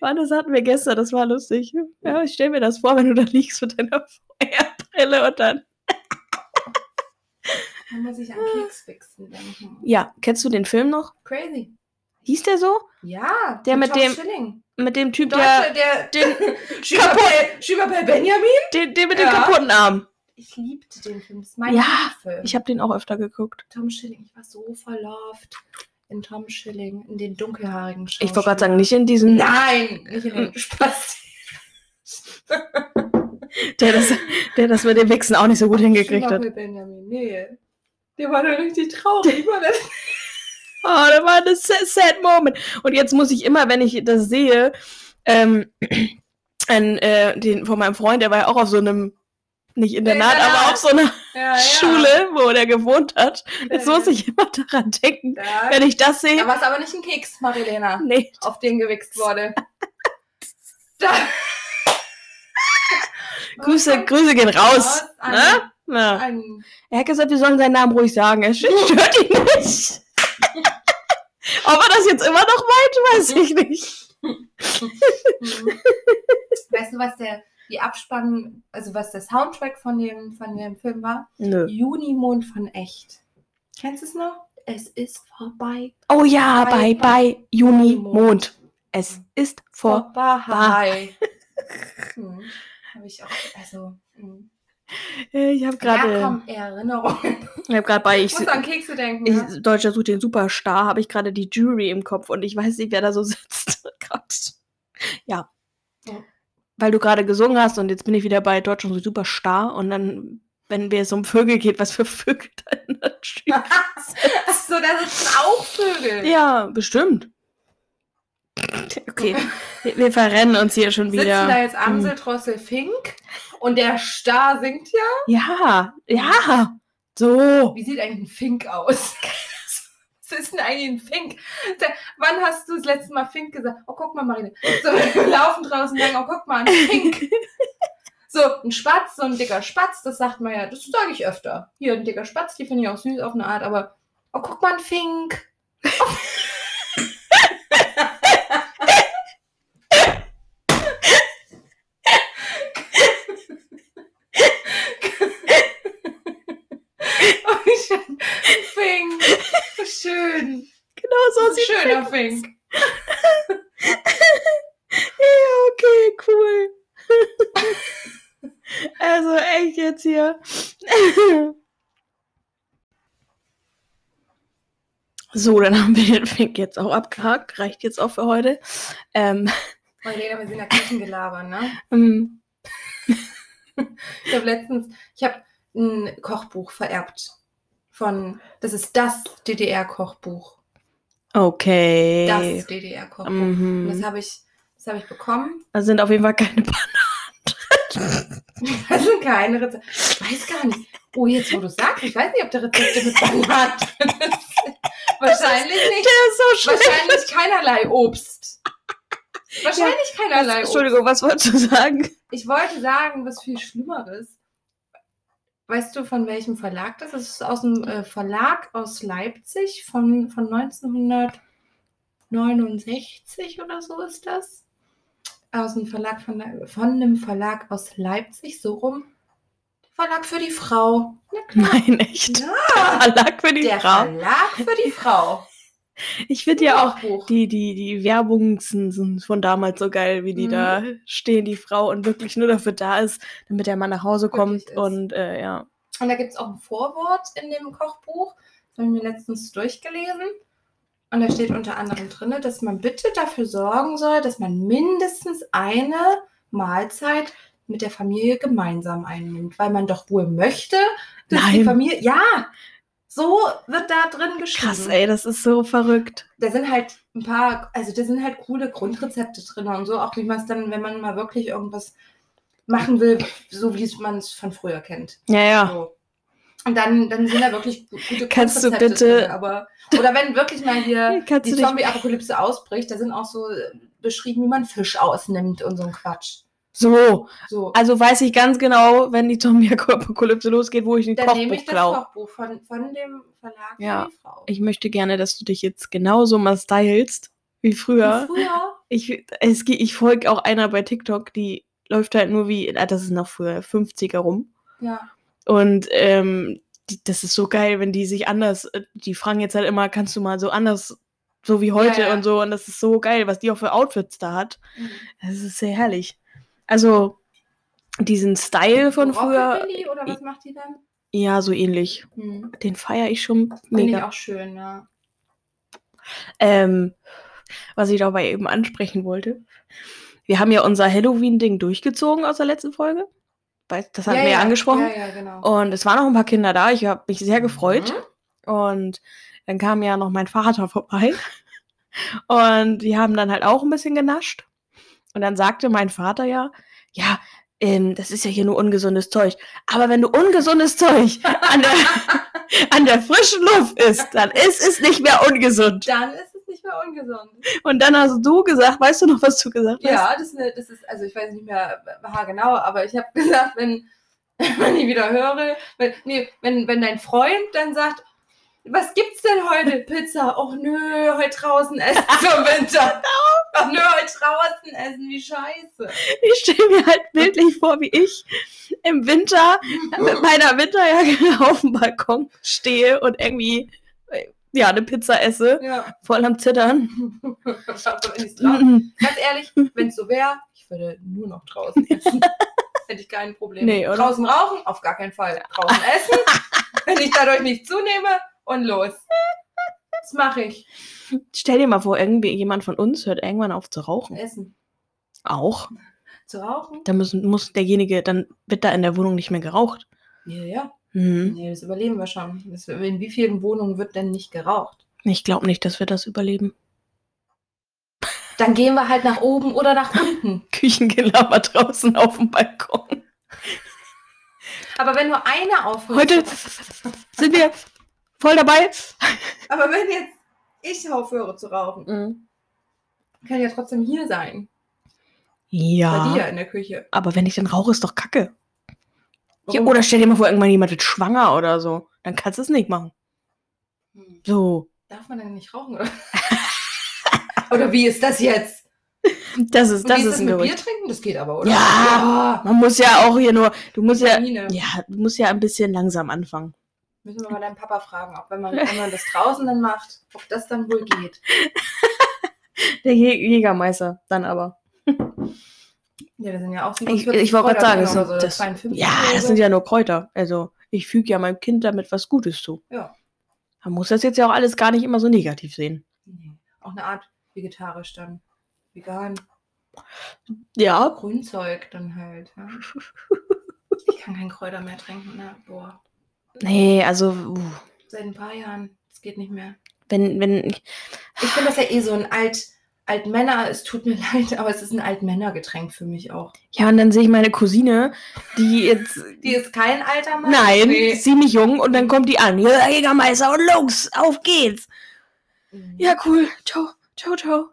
S1: Mann, das hatten wir gestern, das war lustig. Ja, ich stell mir das vor, wenn du da liegst mit deiner VR-Brille und dann.
S3: Kann man sich an Keksfixen denken.
S1: Ah. Ja, kennst du den Film noch?
S3: Crazy.
S1: Hieß der so?
S3: Ja,
S1: Der mit
S3: Tom
S1: dem-
S3: Schilling.
S1: Mit dem Typ,
S3: Deutsche,
S1: der,
S3: der,
S1: den,
S3: Schüberbell, Schüberbell Benjamin.
S1: den, den mit dem
S3: Ja.
S1: kaputten Arm.
S3: Ich liebte den Film. Das ist mein
S1: Ja,
S3: Film.
S1: Ich habe den auch öfter geguckt.
S3: Tom Schilling. Ich war so verlauft in Tom Schilling, in den dunkelhaarigen
S1: Ich wollte gerade sagen, nicht in diesem,
S3: Oh, Nein, nicht in den Spaß.
S1: der das, der das mit dem Wichsen auch nicht so gut hingekriegt hat.
S3: Schüberbell Benjamin, nee. Der war doch richtig traurig. War das?
S1: Oh, da war das sa- sad moment. Und jetzt muss ich immer, wenn ich das sehe, ähm, an, äh, den, von meinem Freund, der war ja auch auf so einem, nicht Internat, aber
S3: Internat.
S1: auf so einer
S3: Ja, ja.
S1: Schule, wo der gewohnt hat. Jetzt
S3: Ja,
S1: muss ich immer daran denken,
S3: ja.
S1: wenn ich das sehe.
S3: Da war es aber nicht ein Keks, Marilena,
S1: Nee,
S3: auf den gewichst wurde. Da.
S1: Grüße, Grüße gehen raus. Ne? Ja.
S3: Ein,
S1: Er hat gesagt, wir sollen seinen Namen ruhig sagen. Er stört ihn nicht. Ob er das jetzt immer noch meint, weiß ich nicht.
S3: Mhm. weißt du, was der die Abspann, also was der Soundtrack von dem, von dem Film war?
S1: Nö.
S3: Junimond von echt. Kennst du es noch? Es ist vorbei.
S1: Oh ja, bye
S3: Bye,
S1: bye, Juni, Mond. Es ist vor.
S3: Vorbei. hm. Habe ich auch, also. hm.
S1: Äh, Ich habe
S3: ja,
S1: gerade
S3: komm, Erinnerung.
S1: ich hab grad bei ich,
S3: Ich muss an Kekse denken.
S1: ich,
S3: ne?
S1: Deutscher sucht den Superstar, habe ich gerade die Jury im Kopf und ich weiß nicht, wer da so sitzt. Oh Gott. Ja.
S3: Ja.
S1: Weil du gerade gesungen hast und jetzt bin ich wieder bei Deutscher sucht Superstar und dann, wenn wir es um Vögel geht, was für Vögel da in der Jury.
S3: Ach so, da sitzen auch Vögel.
S1: ja, bestimmt. Okay, wir, wir verrennen uns hier schon
S3: Sitzen da
S1: wieder. Hm.
S3: jetzt Amseldrossel Fink und der Star singt ja.
S1: Ja, ja. So.
S3: Wie sieht eigentlich ein Fink aus? Was ist denn eigentlich ein Fink? Der- Wann hast du das letzte Mal Fink gesagt? Oh, guck mal, Marine. So, wir laufen draußen lang. Oh, guck mal, ein Fink. So, ein Spatz, so ein dicker Spatz, das sagt man ja, das sage ich öfter. Hier, ein dicker Spatz, die finde ich auch süß auf eine Art, aber oh, guck mal, ein Fink. Oh, wie schön. Ein Fink. So Schön.
S1: Genau so
S3: Das
S1: sieht
S3: ist ein schöner Fink.
S1: Ja, okay, cool. also echt jetzt hier. so, dann haben wir den Fink jetzt auch abgehakt. Reicht jetzt auch für heute. Ähm,
S3: Marlene, wir sind ja Küchengelaber, ne?
S1: ähm,
S3: Ich habe letztens, ich habe ein Kochbuch vererbt von, das ist das DDR-Kochbuch.
S1: okay.
S3: Das DDR-Kochbuch. Und das
S1: Mhm.
S3: habe ich, das habe ich bekommen.
S1: Da sind auf jeden Fall keine Bananen.
S3: Das sind keine Rezepte. Ich weiß gar nicht. Oh, jetzt wo du sagst, ich weiß nicht, ob der Rezepte mit Bananen drin ist. Wahrscheinlich nicht.
S1: Das ist so schlimm.
S3: Wahrscheinlich keinerlei Obst. Wahrscheinlich keinerlei Obst.
S1: Entschuldigung, was wolltest du sagen?
S3: Ich wollte sagen, was viel Schlimmeres. Weißt du, von welchem Verlag das ist? Es ist aus dem äh, Verlag aus Leipzig von, von 1969 oder so ist das. Aus dem Verlag von, Le- von einem Verlag aus Leipzig, so rum. Verlag für die Frau. Na klar.
S1: Nein, echt.
S3: Ja.
S1: Verlag für die
S3: Der
S1: Frau.
S3: Verlag für die Frau.
S1: Ich finde ja auch,
S3: Kochbuch.
S1: Die, die, die Werbungen sind, sind von damals so geil, wie die
S3: Mhm.
S1: da stehen, die Frau und wirklich nur dafür da ist, damit der Mann nach Hause kommt
S3: Wirklich ist.
S1: und äh, ja.
S3: Und da gibt es auch ein Vorwort in dem Kochbuch. Das habe ich mir letztens durchgelesen. Und da steht unter anderem drin, dass man bitte dafür sorgen soll, dass man mindestens eine Mahlzeit mit der Familie gemeinsam einnimmt, weil man doch wohl möchte, dass die
S1: Nein.
S3: Familie. Ja, so wird da drin geschrieben.
S1: Krass, ey, das ist so verrückt.
S3: Da sind halt ein paar, also da sind halt coole Grundrezepte drin und so, auch wie man es dann, wenn man mal wirklich irgendwas machen will, so wie es man es von früher kennt.
S1: Ja, ja.
S3: So. Und dann, dann sind da wirklich gu- gute
S1: Ah. Kannst du
S3: Konzepte
S1: bitte-
S3: drin, aber, oder wenn wirklich mal hier
S1: Kannst
S3: die
S1: du dich,
S3: Zombie-Apokalypse ausbricht, da sind auch so äh, beschrieben, wie man Fisch ausnimmt und so ein Quatsch.
S1: so,
S3: So,
S1: also weiß ich ganz genau, wenn die Zombie-Apokalypse losgeht, wo ich ein
S3: dann nehme
S1: Kochbuch
S3: ich das
S1: klaue.
S3: Kochbuch von, von dem Verlag
S1: Ja.
S3: für die Frau.
S1: Ich möchte gerne, dass du dich jetzt genauso mal stylst wie
S3: Und
S1: früher.
S3: Früher,
S1: Ich, es, ge- ich folge auch einer bei TikTok, die läuft halt nur wie, ah, das ist noch früher, 50er rum.
S3: ja.
S1: Und ähm, die, das ist so geil, wenn die sich anders, äh, die fragen jetzt halt immer, kannst du mal so anders, so wie heute
S3: ja.
S1: und so. Und das ist so geil, was die auch für Outfits da hat. Das ist sehr herrlich. Also diesen Style von früher,
S3: Rockabilly oder was macht die dann?
S1: ja, so ähnlich.
S3: Hm.
S1: Den feiere ich schon
S3: Finde ich
S1: mega.
S3: auch schön, ja.
S1: Ähm, was ich dabei eben ansprechen wollte. Wir haben ja unser Halloween-Ding durchgezogen aus der letzten Folge. Weiß- Das hatten wir ja angesprochen.
S3: Ja, ja, genau.
S1: Und es waren noch ein paar Kinder da. Ich habe mich sehr gefreut. Und dann kam ja noch mein Vater vorbei. Und die haben dann halt auch ein bisschen genascht. Und dann sagte mein Vater ja, ja, ähm, das ist ja hier nur ungesundes Zeug. Aber wenn du ungesundes Zeug an der, an der frischen Luft isst, dann ist es nicht mehr ungesund.
S3: Dann ist es nicht mehr ungesund.
S1: Und dann hast du gesagt, weißt du noch, was du gesagt hast?
S3: Ja, das ist, eine, das ist, also ich weiß nicht mehr haargenau, aber ich habe gesagt, wenn, wenn ich wieder höre, wenn, nee, wenn, wenn dein Freund dann sagt, was gibt's denn heute? Pizza? Och nö, heute draußen essen zum Winter. Ach nö, heute draußen essen, wie scheiße.
S1: Ich stelle mir halt bildlich vor, wie ich im Winter mit meiner Winterjacke auf dem Balkon stehe und irgendwie äh, ja, eine Pizza esse,
S3: Ja.
S1: voll am Zittern.
S3: Aber wenn ich's draußen-
S1: Mhm.
S3: Ganz ehrlich, wenn es so wäre, ich würde nur noch draußen essen. Hätte ich kein Problem.
S1: Nee, oder?
S3: draußen rauchen, auf gar keinen Fall. Draußen essen, wenn ich dadurch nicht zunehme und los. Das mache ich.
S1: Stell dir mal vor, irgendwie jemand von uns hört irgendwann auf zu rauchen.
S3: Essen.
S1: Auch.
S3: Zu rauchen?
S1: Dann müssen, muss derjenige, dann wird da in der Wohnung nicht mehr geraucht.
S3: Ja, ja.
S1: Mhm.
S3: Nee, das überleben wir schon. Das, in wie vielen Wohnungen wird denn nicht geraucht?
S1: Ich glaube nicht, dass wir das überleben.
S3: Dann gehen wir halt nach oben oder nach unten.
S1: Küchengelaber draußen auf dem Balkon.
S3: Aber wenn nur einer aufhört.
S1: Heute sind wir voll dabei.
S3: Aber wenn jetzt ich aufhöre zu rauchen, kann ja trotzdem hier sein. Bei
S1: Ja,
S3: dir in der Küche.
S1: aber wenn ich dann rauche, ist doch kacke. Ja,
S3: Warum?
S1: oder stell dir mal vor, irgendwann jemand wird schwanger oder so. Dann kannst du es nicht machen.
S3: Hm.
S1: So.
S3: Darf man dann nicht rauchen? Oder, oder wie ist das jetzt?
S1: Das ist,
S3: Und
S1: das
S3: wie
S1: ist,
S3: ist das
S1: ein
S3: mit
S1: Gerücht.
S3: Bier trinken? Das geht aber, oder?
S1: Ja. Man muss ja auch hier nur, du musst ja,
S3: Vitamine.
S1: ja, du musst ja ein bisschen langsam anfangen.
S3: Müssen wir mal deinen Papa fragen, ob wenn man, wenn man das draußen dann macht, ob das dann wohl geht.
S1: Der Jä Jägermeister, dann aber.
S3: Ja, das sind ja auch
S1: Ich, ich wollte gerade sagen, das sind,
S3: so,
S1: das,
S3: 52
S1: ja,
S3: oder
S1: das
S3: so.
S1: sind ja nur Kräuter. Also ich füge ja meinem Kind damit was Gutes zu.
S3: Ja.
S1: Man muss das jetzt ja auch alles gar nicht immer so negativ sehen.
S3: Nee. Auch eine Art vegetarisch dann. Vegan.
S1: Ja.
S3: Grünzeug dann halt. Ja. Ich kann kein Kräuter mehr trinken. Ne? Boah.
S1: Nee, also, uh,
S3: Seit ein paar Jahren. Es geht nicht mehr.
S1: wenn, wenn,
S3: Ich finde das ja eh so ein alt, Altmänner. Es tut mir leid, aber es ist ein Altmännergetränk für mich auch.
S1: ja, und dann sehe ich meine Cousine, die jetzt
S3: Die ist kein alter Mann.
S1: Nein,
S3: Nee.
S1: ist ziemlich jung und dann kommt die an. Ja, Jägermeister und los, auf geht's.
S3: Mhm.
S1: Ja, cool. Ciao, ciao, ciao.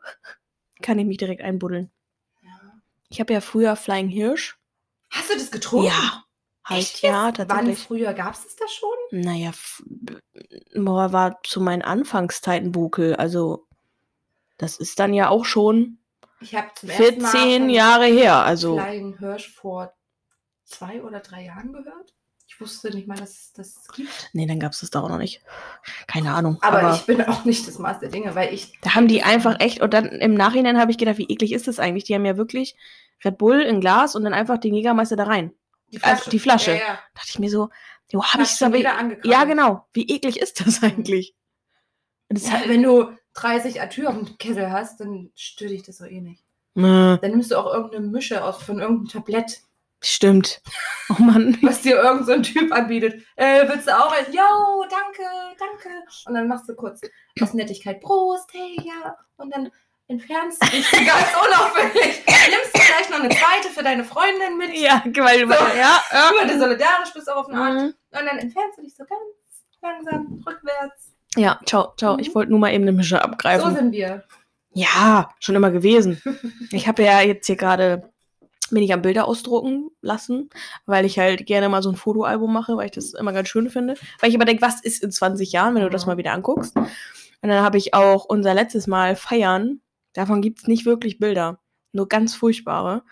S1: Kann ich mich direkt einbuddeln.
S3: Ja.
S1: Ich habe ja früher Flying Hirsch.
S3: Hast du das getrunken?
S1: Ja. Heißt
S3: Oh, Echt
S1: ja,
S3: jetzt? Wann
S1: tatsächlich.
S3: früher gab es das da schon?
S1: Naja, f- boah, war zu meinen Anfangszeiten Bukel. Also, das ist dann ja auch schon
S3: Ich habe zum ersten Mal
S1: 14
S3: von
S1: Jahre her. Also,
S3: Flying Hirsch vor zwei oder drei Jahren gehört. Ich wusste nicht mal, dass es das gibt.
S1: nee, dann gab's das da auch noch nicht. Keine Ahnung.
S3: Aber, ich bin auch nicht das Maß der Dinge, weil ich.
S1: Da haben die einfach echt, und dann im Nachhinein habe ich gedacht, wie eklig ist das eigentlich? Die haben ja wirklich Red Bull in Glas und dann einfach den Jägermeister da rein.
S3: Die
S1: Also die Flasche.
S3: Ja, ja.
S1: Dachte ich mir so, jo, habe
S3: Hat
S1: ich das
S3: schon
S1: aber.
S3: wieder angekratzt.
S1: Ja, genau. Wie eklig ist das eigentlich? Und das
S3: Ja,
S1: hat,
S3: wenn du 30 Atür auf dem Kessel hast, dann stört dich das so eh nicht.
S1: Nö,
S3: Dann nimmst du auch irgendeine Mische aus von irgendeinem Tablett,
S1: stimmt. Oh Mann.
S3: was dir irgendein so ein Typ anbietet. Äh, willst du auch ein? Yo, danke, danke. Und dann machst du kurz aus Nettigkeit Prost, hey, ja. Und dann entfernst du dich ganz unauffällig. Nimmst du vielleicht noch eine zweite für deine Freundin mit.
S1: Ja, weil,
S3: So.
S1: ja, ja.
S3: Weil du solidarisch bist auch auf eine Art.
S1: Mhm.
S3: Und dann entfernst du dich so ganz langsam rückwärts.
S1: Ja, ciao, ciao.
S3: Mhm.
S1: Ich wollte nur mal eben eine Mische abgreifen.
S3: So sind wir.
S1: Ja, schon immer gewesen. Ich habe ja jetzt hier gerade bin ich am Bilder ausdrucken lassen, weil ich halt gerne mal so ein Fotoalbum mache, weil ich das immer ganz schön finde. Weil ich immer denke, was ist in 20 Jahren, wenn du das
S3: Mhm.
S1: mal wieder anguckst? Und dann habe ich auch unser letztes Mal Feiern. Davon gibt's nicht wirklich hm. Bilder, nur ganz furchtbare.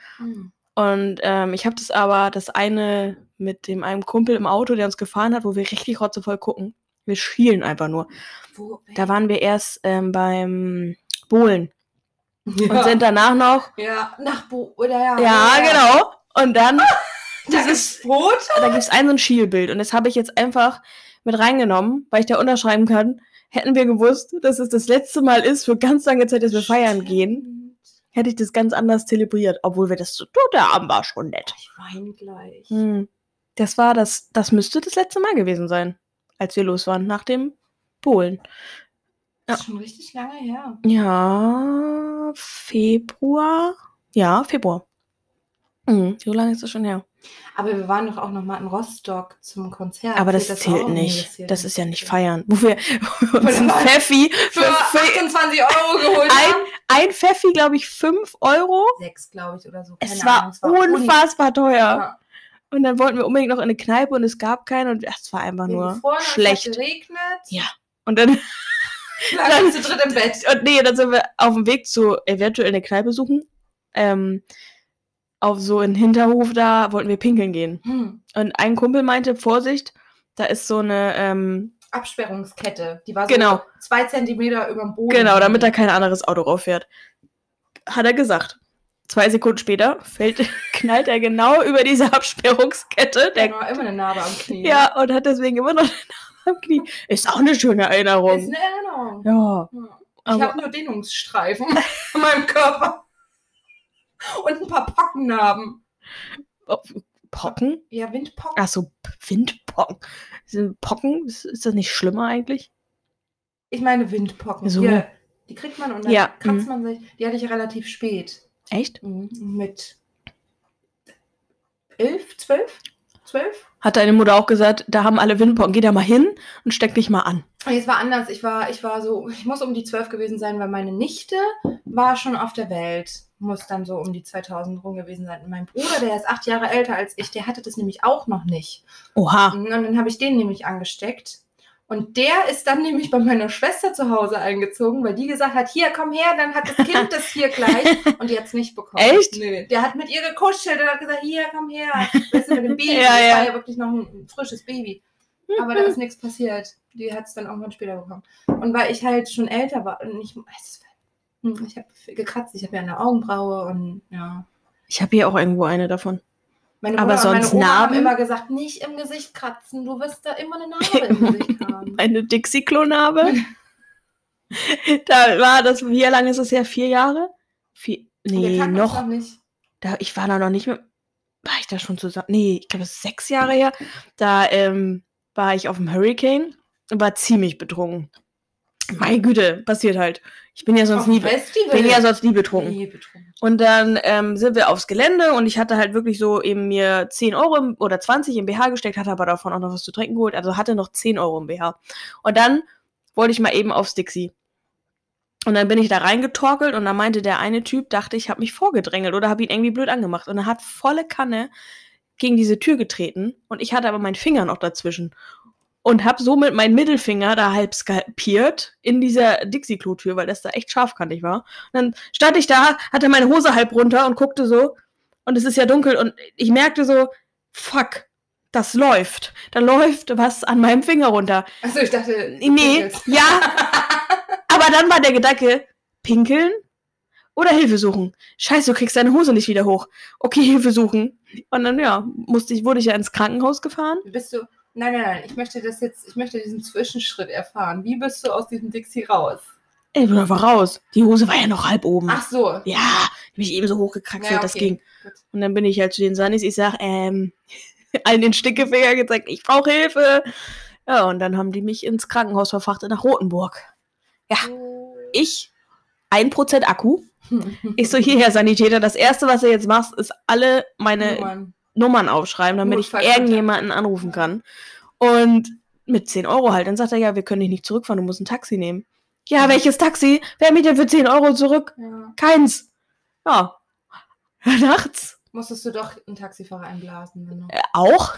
S1: Und ähm, ich habe das aber, das eine mit dem einem Kumpel im Auto, der uns gefahren hat, wo wir richtig rotzevoll gucken. Wir schielen einfach nur.
S3: Wo,
S1: Da waren wir erst ähm, beim Bohlen
S3: ja.
S1: und sind danach noch.
S3: ja, nach Bo oder ja.
S1: Ah, Ja, genau. Und dann,
S3: Das ist Brot.
S1: da gibt es ein so ein Schielbild. Und das habe ich jetzt einfach mit reingenommen, weil ich da unterschreiben kann. Hätten wir gewusst, dass es das letzte Mal ist für ganz lange Zeit, dass wir Also feiern gehen, hätte ich das ganz anders zelebriert. Obwohl wir das so, du, der Abend war schon nett.
S3: Ich weine gleich.
S1: Hm. Das war das, das müsste das letzte Mal gewesen sein, als wir los waren, nach dem Polen.
S3: Das ist schon richtig lange her.
S1: Ja, Februar. Ja, Februar. Hm, so lange ist das schon her.
S3: Aber wir waren doch auch noch mal in Rostock zum Konzert.
S1: Aber das,
S3: auch?
S1: zählt
S3: Nee,
S1: nicht. das,
S3: zählt
S1: ist ja nicht feiern. Wofür uns ein
S3: was?
S1: Pfeffi
S3: Für
S1: für, für
S3: 28 Euro geholt
S1: ein,
S3: haben.
S1: ein Pfeffi, glaube ich, 5 Euro.
S3: Sechs, glaube ich, oder so.
S1: Es
S3: Keine
S1: war
S3: Ahnung,
S1: unfassbar teuer.
S3: Ja.
S1: Und dann wollten wir unbedingt noch in eine Kneipe und es gab keine und ach, es war einfach
S3: Wir
S1: nur
S3: gefroren, Es hat
S1: schlecht.
S3: geregnet.
S1: Ja. Und dann
S3: Lagen zu dritt im Bett.
S1: und nee, dann sind wir auf dem Weg zu eventuell eine Kneipe suchen. Ähm, auf so einen Hinterhof da wollten wir pinkeln gehen.
S3: Hm.
S1: Und ein Kumpel meinte, Vorsicht, da ist so eine, ähm,
S3: Absperrungskette. Die war so
S1: Genau.
S3: zwei Zentimeter über dem Boden.
S1: genau, damit da kein anderes Auto rauffährt. Hat er gesagt. Zwei Sekunden später fällt, knallt er genau über diese Absperrungskette.
S3: Der
S1: Der,
S3: war immer eine Narbe am Knie.
S1: ja, und hat deswegen immer noch den Namen am Knie. Ist auch eine schöne
S3: Ist
S1: Erinnerung.
S3: eine Erinnerung.
S1: Ja,
S3: Ja. Ich
S1: aber
S3: habe nur Dehnungsstreifen an meinem Körper. Und ein paar Pockennarben.
S1: Pocken?
S3: Ja, Windpocken.
S1: Ach so, P- Windpocken. Sind Pocken, ist, ist das nicht schlimmer eigentlich?
S3: Ich meine Windpocken.
S1: So.
S3: Hier, die kriegt man und dann
S1: Ja, mhm.
S3: kratzt man sich. Die hatte ich relativ spät. Mhm.
S1: Echt?
S3: Mit elf, zwölf? Zwölf?
S1: Hat deine Mutter auch gesagt, da haben alle Windpocken, geh da mal hin und steck dich mal an.
S3: Nee, Es war anders. Ich war, ich war so, ich muss um die zwölf gewesen sein, weil meine Nichte war schon auf der Welt. Muss dann so um die 2000 rum gewesen sein. Und mein Bruder, der ist acht Jahre älter als ich, der hatte das nämlich auch noch nicht.
S1: Oha.
S3: Und dann habe ich den nämlich angesteckt. Und der ist dann nämlich bei meiner Schwester zu Hause eingezogen, weil die gesagt hat, hier, komm her, dann hat das Kind das hier gleich und die hat es nicht bekommen.
S1: Echt?
S3: Nee. Der hat mit ihr gekuschelt und hat gesagt, hier, komm her. Weißt du, mit dem Baby.
S1: Ja,
S3: das war
S1: ja.
S3: ja wirklich noch ein frisches Baby. Aber da ist nichts passiert. Die hat es dann irgendwann später bekommen. Und weil ich halt schon älter war und ich, es war- hm, ich habe gekratzt, ich habe mir an der Augenbraue und ja.
S1: Ich habe hier auch irgendwo eine davon.
S3: Meine
S1: Aber
S3: Mutter und
S1: sonst
S3: meine Oma haben
S1: Narben?
S3: immer gesagt, nicht im Gesicht kratzen, du wirst da immer eine Narbe im Gesicht haben.
S1: Eine Dixie-Klonarbe. da war das, wie lange ist es her? Vier Jahre? Vier,
S3: Wir
S1: nee,
S3: kannten uns
S1: noch.
S3: nicht.
S1: Da, ich war da noch nicht mehr. War ich da schon zusammen? Nee, ich glaube, es ist sechs Jahre her. Da ähm, war ich auf dem Hurricane und war ziemlich betrunken. Meine Güte, passiert halt. Ich bin ja sonst
S3: Auf
S1: nie,
S3: dem Festival.
S1: bin ja sonst nie betrunken.
S3: Nie betrunken.
S1: Und dann ähm, sind wir aufs Gelände und ich hatte halt wirklich so eben mir 10 Euro im, oder 20 im BH gesteckt, hatte aber davon auch noch was zu trinken geholt, also hatte noch 10 Euro im BH. Und dann wollte ich mal eben aufs Dixie. Und dann bin ich da reingetorkelt und dann meinte der eine Typ, dachte ich, habe mich vorgedrängelt oder habe ihn irgendwie blöd angemacht. Und er hat volle Kanne gegen diese Tür getreten und ich hatte aber meinen Finger noch dazwischen. Und habe somit meinen Mittelfinger da halb skalpiert in dieser Dixie-Klo-Tür, weil das da echt scharfkantig war. Und dann stand ich da, hatte meine Hose halb runter und guckte so. Und es ist ja dunkel und ich merkte so, fuck, das läuft. Da läuft was an meinem Finger runter.
S3: Also ich dachte,
S1: Nee, ja. Aber dann war der Gedanke, pinkeln oder Hilfe suchen. Scheiße, du kriegst deine Hose nicht wieder hoch. Okay, Hilfe suchen. Und dann, ja, musste ich, wurde ich ja ins Krankenhaus gefahren.
S3: Bist du. Nein, nein, nein. Ich möchte das jetzt, ich möchte diesen Zwischenschritt erfahren. Wie bist du aus diesem Dixie raus?
S1: Ich bin einfach raus. Die Hose war ja noch halb oben.
S3: Ach so.
S1: Ja, hab ich eben so hochgekraxelt,
S3: Ja,
S1: das
S3: okay.
S1: ging.
S3: Gut.
S1: Und dann bin ich halt zu den Sunnis, ich sag, ähm, allen den Stinkefinger gezeigt, ich brauche Hilfe. Ja, und dann haben die mich ins Krankenhaus verfrachtet nach Rothenburg.
S4: Oh.
S1: Ich, 1% Akku. Ich so, hierher, Sanitäter, das erste, was du jetzt machst, ist alle
S3: Oh
S1: meine
S3: Nummern.
S1: Nummern aufschreiben, damit ich
S3: Notfallkontakt.
S1: irgendjemanden anrufen kann. Und mit 10 Euro halt. Dann sagt er, ja, wir können dich nicht zurückfahren, du musst ein Taxi nehmen.
S3: Mhm.
S1: Ja, welches Taxi? Wer mich denn für 10 Euro zurück?
S3: Ja.
S1: Keins. Ja. Nachts Ähm,
S3: Musstest du doch einen Taxifahrer einblasen. Wenn du
S1: äh, auch.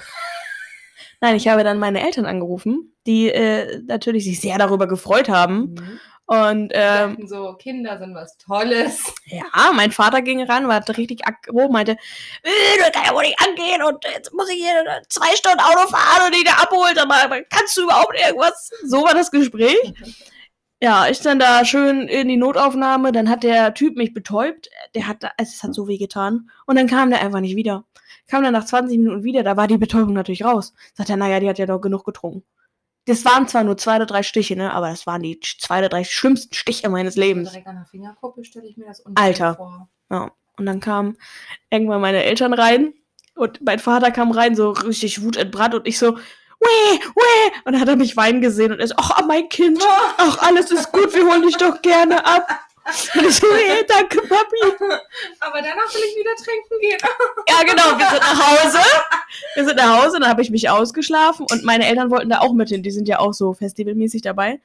S1: Nein, ich habe dann meine Eltern angerufen, die äh, natürlich sich sehr darüber gefreut haben.
S3: Mhm.
S1: Und ähm,
S3: Dachten so, Kinder sind was Tolles.
S1: ja, mein Vater ging ran, war richtig aggro, meinte, äh, du kannst ja wohl nicht angehen und jetzt muss ich hier zwei Stunden Auto fahren und ihn da abholen, aber, aber kannst du überhaupt irgendwas? So war das Gespräch. Ja, ich dann da schön in die Notaufnahme, dann hat der Typ mich betäubt, der hat, da- also es hat so weh getan und dann kam der einfach nicht wieder. Kam dann nach 20 Minuten wieder, da war die Betäubung natürlich raus. Sagt er, naja, die hat ja doch genug getrunken. Das waren zwar nur zwei oder drei Stiche, ne, aber das waren die zwei oder drei schlimmsten Stiche meines Lebens.
S3: Also Direkt an der Fingerkuppe stelle ich mir das unten
S1: Alter.
S3: vor.
S1: Und dann kamen irgendwann meine Eltern rein und mein Vater kam rein, so richtig wutentbrannt und ich so, weh, weh. Und dann hat er mich weinen gesehen und er so, ach, oh, mein Kind, ach, alles ist gut, wir holen dich doch gerne ab. Und ich so, hey, danke, Papi.
S3: Aber danach will ich wieder trinken gehen.
S1: Ja, genau, wir sind nach Hause. Wir sind nach Hause, dann habe ich mich ausgeschlafen und meine Eltern wollten da auch mit hin. Die sind ja auch so festivalmäßig dabei.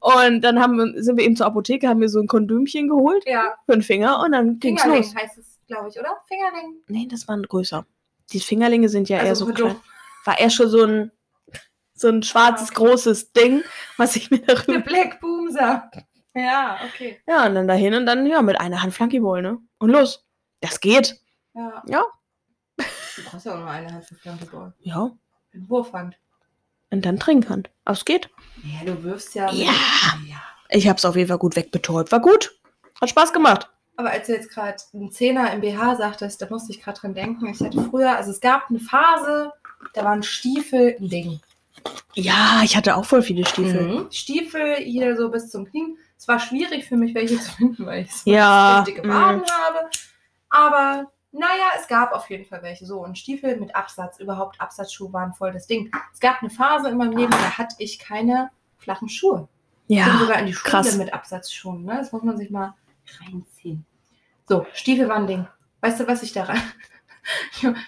S1: Und dann haben wir, sind wir eben zur Apotheke, haben wir so ein Kondömchen geholt
S3: Ja,
S1: für den Finger und dann ging's los.
S3: Fingerling heißt es, glaube ich, oder? Fingerling.
S1: Nee, das waren größer. Die Fingerlinge sind ja eher
S3: Also
S1: so
S3: Kondom.
S1: klein. War eher schon so ein, so ein schwarzes,
S3: Ah, okay.
S1: großes Ding, was ich mir
S3: Der
S1: darüber.
S3: Black Boomser. Ja, okay.
S1: Ja, und dann dahin und dann, ja, mit einer Hand Flunkyball, ne? Und los. Das geht.
S3: Ja.
S1: Ja.
S3: Du brauchst ja auch nur eine Hand für Flankeball.
S1: Ja.
S3: Ein Wurfhand.
S1: Und dann Trinkhand. Aber es geht.
S3: Ja, du wirfst ja.
S1: Ja.
S3: ja.
S1: Ich hab's auf jeden Fall gut wegbetäubt. War gut. Hat Spaß gemacht.
S3: Aber als du jetzt gerade einen Zehner im BH sagtest, da musste ich gerade dran denken. Ich hatte früher, also es gab eine Phase, da waren Stiefel ein Ding.
S1: Ja, ich hatte auch voll viele Stiefel.
S3: Mhm. Stiefel hier so bis zum Knie. Es war schwierig für mich, welche zu finden, weil ich so
S1: Ja.
S3: dicke
S1: mm.
S3: Waden habe. Aber naja, es gab auf jeden Fall welche. So, und Stiefel mit Absatz, überhaupt Absatzschuhe waren voll das Ding. Es gab eine Phase in meinem Leben, da hatte ich keine flachen Schuhe. Ich bin
S1: Ja.
S3: sogar in die Schule
S1: krass.
S3: mit Absatzschuhen. Ne? Das muss man sich mal reinziehen. So, Stiefel waren ein Ding. Weißt du, was ich da rein...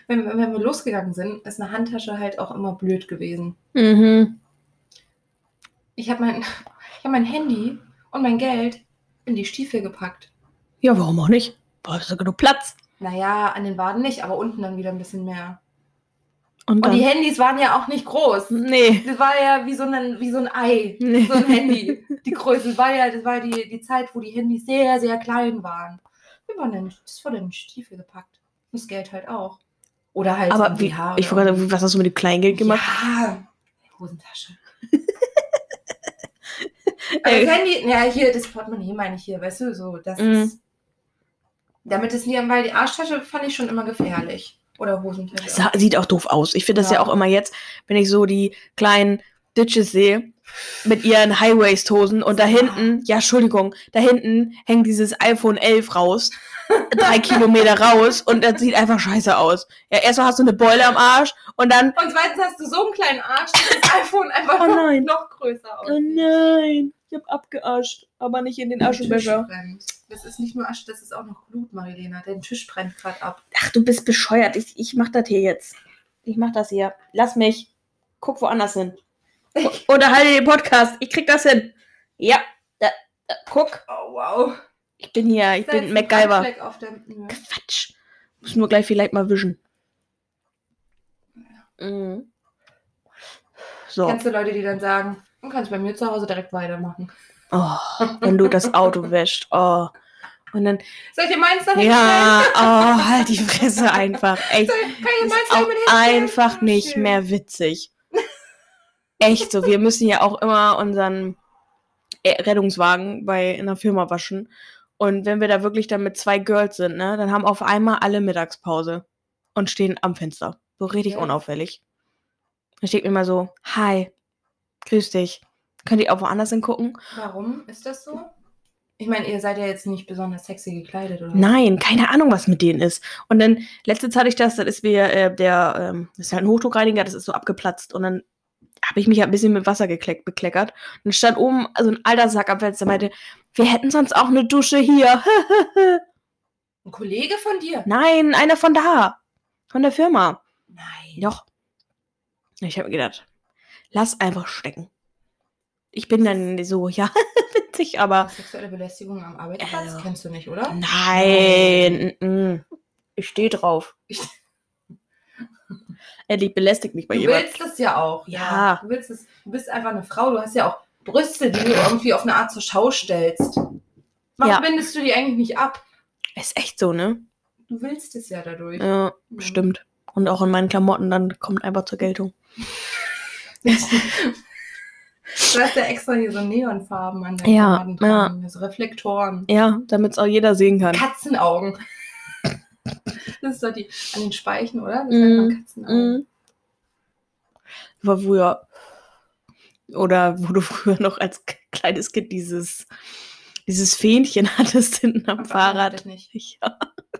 S3: wenn, wenn wir losgegangen sind, ist eine Handtasche halt auch immer blöd gewesen.
S1: Mhm.
S3: Ich habe mein, ich hab mein Handy und mein Geld in die Stiefel gepackt.
S1: Ja, warum auch nicht? Boah, hast du genug Platz.
S3: Naja, an den Waden nicht, aber unten dann wieder ein bisschen mehr.
S1: Und
S3: Und
S1: dann.
S3: die Handys waren ja auch nicht groß.
S1: nee.
S3: Das war ja wie so ein, wie so ein Ei,
S1: Nee.
S3: so ein Handy. Die Größe Das war ja, das war die, die Zeit, wo die Handys sehr, sehr klein waren. Wir waren dann, das wurde in den Stiefel gepackt. Das Geld halt auch. Oder halt
S1: Aber
S3: in
S1: wie,
S3: BH
S1: ich
S3: oder-
S1: wollte gerade, was hast du mit dem Kleingeld gemacht?
S3: Ja, Hosentasche. Aber
S1: Ey.
S3: das Handy, ja, hier, das Portemonnaie meine ich hier, weißt du, so, das
S1: Mhm.
S3: ist. Damit es nie, weil die Arschtasche fand ich schon immer gefährlich. Oder Hosentasche.
S1: Das sah- sieht auch doof aus. Ich finde das ja.
S3: Ja.
S1: auch immer jetzt, wenn ich so die kleinen Ditches sehe mit ihren High-Waist-Hosen und da hinten, ja, Entschuldigung, da hinten hängt dieses iPhone 11 raus, drei Kilometer raus und das sieht einfach scheiße aus. Ja, erstmal hast du eine Beule am Arsch und dann,
S3: Und zweitens hast du so einen kleinen Arsch, dass das iPhone einfach
S1: Oh
S3: noch-
S1: nein.
S3: noch größer
S1: oh
S3: aussieht.
S1: nein, ich hab abgearscht, aber nicht in den Aschenbecher.
S3: Tisch brennt. Das ist nicht nur Asche, das ist auch noch Blut, Marilena. Dein Tisch brennt gerade ab.
S1: Ach, du bist bescheuert, ich, ich mach das hier jetzt. Ich mach das hier. Lass mich. Guck woanders hin. Unterhalte halt den Podcast, ich krieg das hin. Ja, da, da, guck.
S3: Oh, wow.
S1: Ich bin hier, ich
S3: Da ist
S1: bin
S3: ein
S1: MacGyver.
S3: Brandfleck Auf deinem, Nö.
S1: Quatsch. Muss nur gleich vielleicht mal wischen. Mhm. So.
S3: Kennst du Leute, die dann sagen, du kannst bei mir zu Hause direkt weitermachen.
S1: Oh, wenn du das Auto wäschst. Oh. Und dann.
S3: Soll ich dir meins noch hinstellen?
S1: Ja, oh, halt die Fresse einfach. Echt.
S3: Soll ich- Kann ich dir
S1: Ist
S3: meins noch
S1: auch
S3: mit hinstellen?
S1: einfach
S3: Oh,
S1: nicht
S3: schön.
S1: mehr witzig. Echt so. Wir müssen ja auch immer unseren äh, Rettungswagen bei einer Firma waschen. Und wenn wir da wirklich dann mit zwei Girls sind, ne, dann haben auf einmal alle Mittagspause und stehen am Fenster. So richtig
S3: Ja.
S1: unauffällig. Dann steht mir immer so, hi, grüß dich. Könnt ihr auch woanders hingucken?
S3: Warum ist das so? Ich meine, ihr seid ja jetzt nicht besonders sexy gekleidet, oder?
S1: Nein, keine Ahnung, was mit denen ist. Und dann, letztens hatte ich das, dann ist mir äh, der, ähm, das ist halt ein Hochdruckreiniger, das ist so abgeplatzt. Und dann habe ich mich ja ein bisschen mit Wasser gekleck, bekleckert. Und dann stand oben so ein alter Sack am Fenster, meinte, wir hätten sonst auch eine Dusche hier.
S3: Ein Kollege von dir?
S1: Nein, einer von da, von der Firma.
S3: Nein.
S1: Doch. Ich habe mir gedacht, lass einfach stecken. Ich bin dann so, ja, witzig, aber
S3: Sexuelle Belästigung am Arbeitsplatz
S1: Also.
S3: kennst du nicht, oder?
S1: Nein. mm, mm. Ich stehe drauf.
S3: Ich-
S1: Ellie belästigt mich bei
S3: Du
S1: jemandem.
S3: willst das ja auch.
S1: Ja.
S3: Du, willst das, du bist einfach eine Frau. Du hast ja auch Brüste, die du irgendwie auf eine Art zur Schau stellst. Warum
S1: Ja.
S3: bindest du die eigentlich nicht ab?
S1: Ist echt so, ne?
S3: Du willst es ja dadurch.
S1: Ja,
S3: Mhm.
S1: stimmt. Und auch in meinen Klamotten, dann kommt einfach zur Geltung.
S3: du hast ja extra hier so Neonfarben an den
S1: Ja,
S3: Faden dran, so Reflektoren.
S1: Ja, damit es auch jeder sehen kann.
S3: Katzenaugen. Das ist doch die an den Speichen, oder? Das
S1: Mhm.
S3: nennt man Katzenaugen.
S1: Mhm. War früher. Oder wo du früher noch als k- kleines Kind dieses, dieses Fähnchen hattest hinten am
S3: Aber
S1: Fahrrad.
S3: Das nicht.
S1: Ja,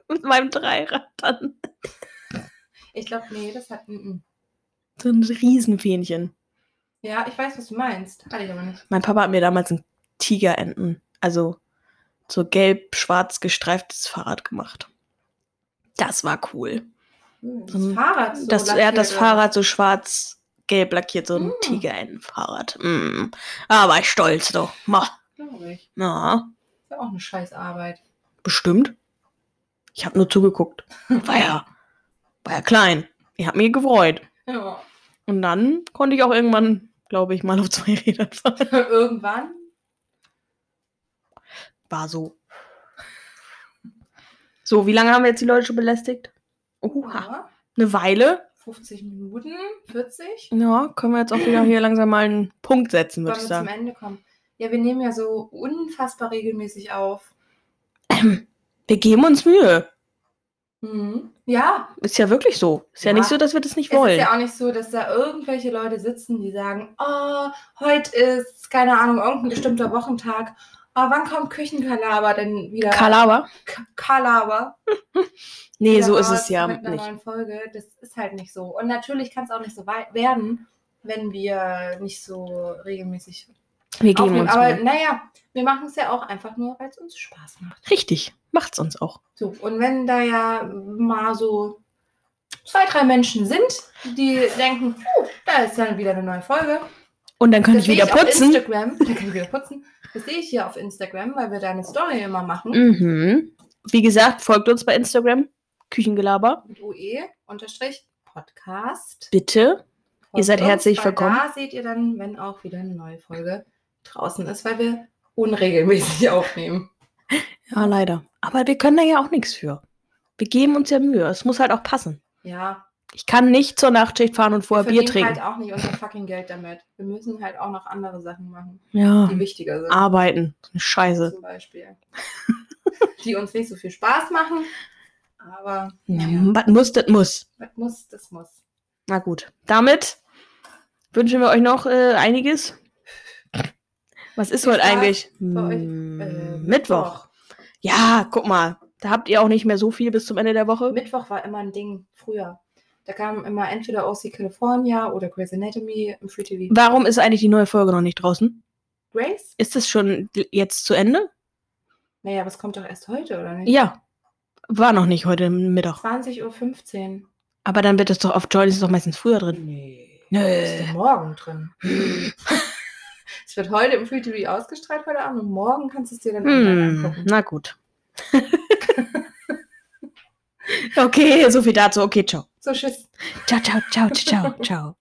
S1: mit meinem Dreirad dann.
S3: Ich glaube, nee, das hat. mhm.
S1: So ein Riesenfähnchen.
S3: Ja, ich weiß, was du meinst. Hatte ich aber nicht.
S1: Mein Papa hat mir damals ein Tigerenten, also so gelb-schwarz gestreiftes Fahrrad gemacht. Das war cool.
S3: Mhm, Das
S1: Mhm.
S3: Fahrrad. So
S1: das, er hat das
S3: lackiert.
S1: Fahrrad so schwarz-gelb lackiert, so ein
S3: Mm.
S1: Tigerentenfahrrad. Mm. Aber ich stolz doch. Ma.
S3: Glaub ich.
S1: Na,
S3: Ist ja auch eine Scheißarbeit.
S1: bestimmt. Ich habe nur zugeguckt. War ja, war ja klein. Ich habe mich gefreut.
S3: Ja.
S1: Und dann konnte ich auch irgendwann, glaube ich, mal auf zwei Rädern fahren.
S3: Irgendwann.
S1: War so. So, wie lange haben wir jetzt die Leute schon belästigt? Oha,
S3: Ja,
S1: eine Weile.
S3: 50 ne, Minuten, 40.
S1: Ja, können wir jetzt auch wieder hier langsam mal einen Punkt setzen,
S3: Wollen
S1: würde
S3: wir
S1: ich
S3: zum
S1: sagen.
S3: Ende kommen? Ja, wir nehmen ja so unfassbar regelmäßig auf.
S1: Wir geben uns Mühe.
S3: Mhm. Ja,
S1: Ist ja wirklich so. Ist ja,
S3: Ja.
S1: nicht so, dass wir das nicht
S3: Es ist
S1: wollen.
S3: ja auch nicht so, dass da irgendwelche Leute sitzen, die sagen, oh, heute ist, keine Ahnung, irgendein bestimmter Wochentag. Oh, wann kommt Küchenkalaber denn wieder?
S1: Kalaber?
S3: K- Kalaber.
S1: Nee,
S3: wieder
S1: so ist
S3: raus
S1: es ja
S3: Mit einer
S1: nicht.
S3: neuen Folge. Das ist halt nicht so. Und natürlich kann es auch nicht so weit werden, wenn wir nicht so regelmäßig
S1: Wir geben
S3: aufnehmen.
S1: uns
S3: Aber
S1: Mühe.
S3: naja, wir machen es ja auch einfach nur, weil es uns Spaß macht.
S1: Richtig. Macht's uns auch.
S3: So, und wenn da ja mal so zwei, drei Menschen sind, die denken, oh, da ist dann wieder eine neue Folge.
S1: Und dann könnte
S3: Das
S1: ich
S3: sehe
S1: wieder
S3: auf
S1: putzen.
S3: Instagram. Da kann ich wieder putzen. Das sehe ich hier auf Instagram, weil wir da eine Story immer machen.
S1: Mhm. Wie gesagt, folgt uns bei Instagram. Küchengelaber.
S3: Mit UE unterstrich Podcast.
S1: Bitte.
S3: Folgt
S1: seid
S3: uns,
S1: herzlich
S3: weil
S1: willkommen.
S3: Da seht ihr dann, wenn auch wieder eine neue Folge draußen ist, weil wir unregelmäßig aufnehmen.
S1: Ja, leider. Aber wir können da ja auch nichts für. Wir geben uns ja Mühe. Es muss halt auch passen.
S3: Ja.
S1: Ich kann nicht zur Nachtschicht fahren und vorher
S3: wir
S1: Bier trinken.
S3: halt auch nicht unser fucking Geld damit. Wir müssen halt auch noch andere Sachen machen,
S1: ja.
S3: die wichtiger sind.
S1: Arbeiten. Scheiße.
S3: Zum Beispiel. die uns nicht so viel Spaß machen. Aber
S1: Ja,
S3: naja,
S1: Was muss, das muss.
S3: was muss, das muss.
S1: Na gut. Damit wünschen wir euch noch äh, einiges. Was ist
S3: Viel
S1: heute
S3: Spaß
S1: eigentlich?
S3: bei euch.
S1: Mm,
S3: Äh,
S1: Mittwoch. Ja, guck mal. Da habt ihr auch nicht mehr so viel bis zum Ende der Woche.
S3: Mittwoch war immer ein Ding früher. Da kam immer entweder OC California oder Grey's Anatomy im Free TV.
S1: Warum ist eigentlich die neue Folge noch nicht draußen?
S3: Grey's?
S1: Ist das schon jetzt zu Ende?
S3: Naja, aber es kommt doch erst heute, oder nicht?
S1: Ja. War noch nicht heute Mittag.
S3: 20.15 Uhr.
S1: Aber dann wird es doch auf Joy ist es doch meistens früher drin.
S3: Nee. Ist
S1: Nö.
S3: doch morgen drin. es wird heute im Free TV ausgestrahlt heute Abend und morgen kannst du es dir dann online
S1: Hm,
S3: angucken.
S1: na gut. okay, so viel dazu. Okay, ciao.
S3: So, tschüss.
S1: Ciao, ciao, ciao, ciao, ciao.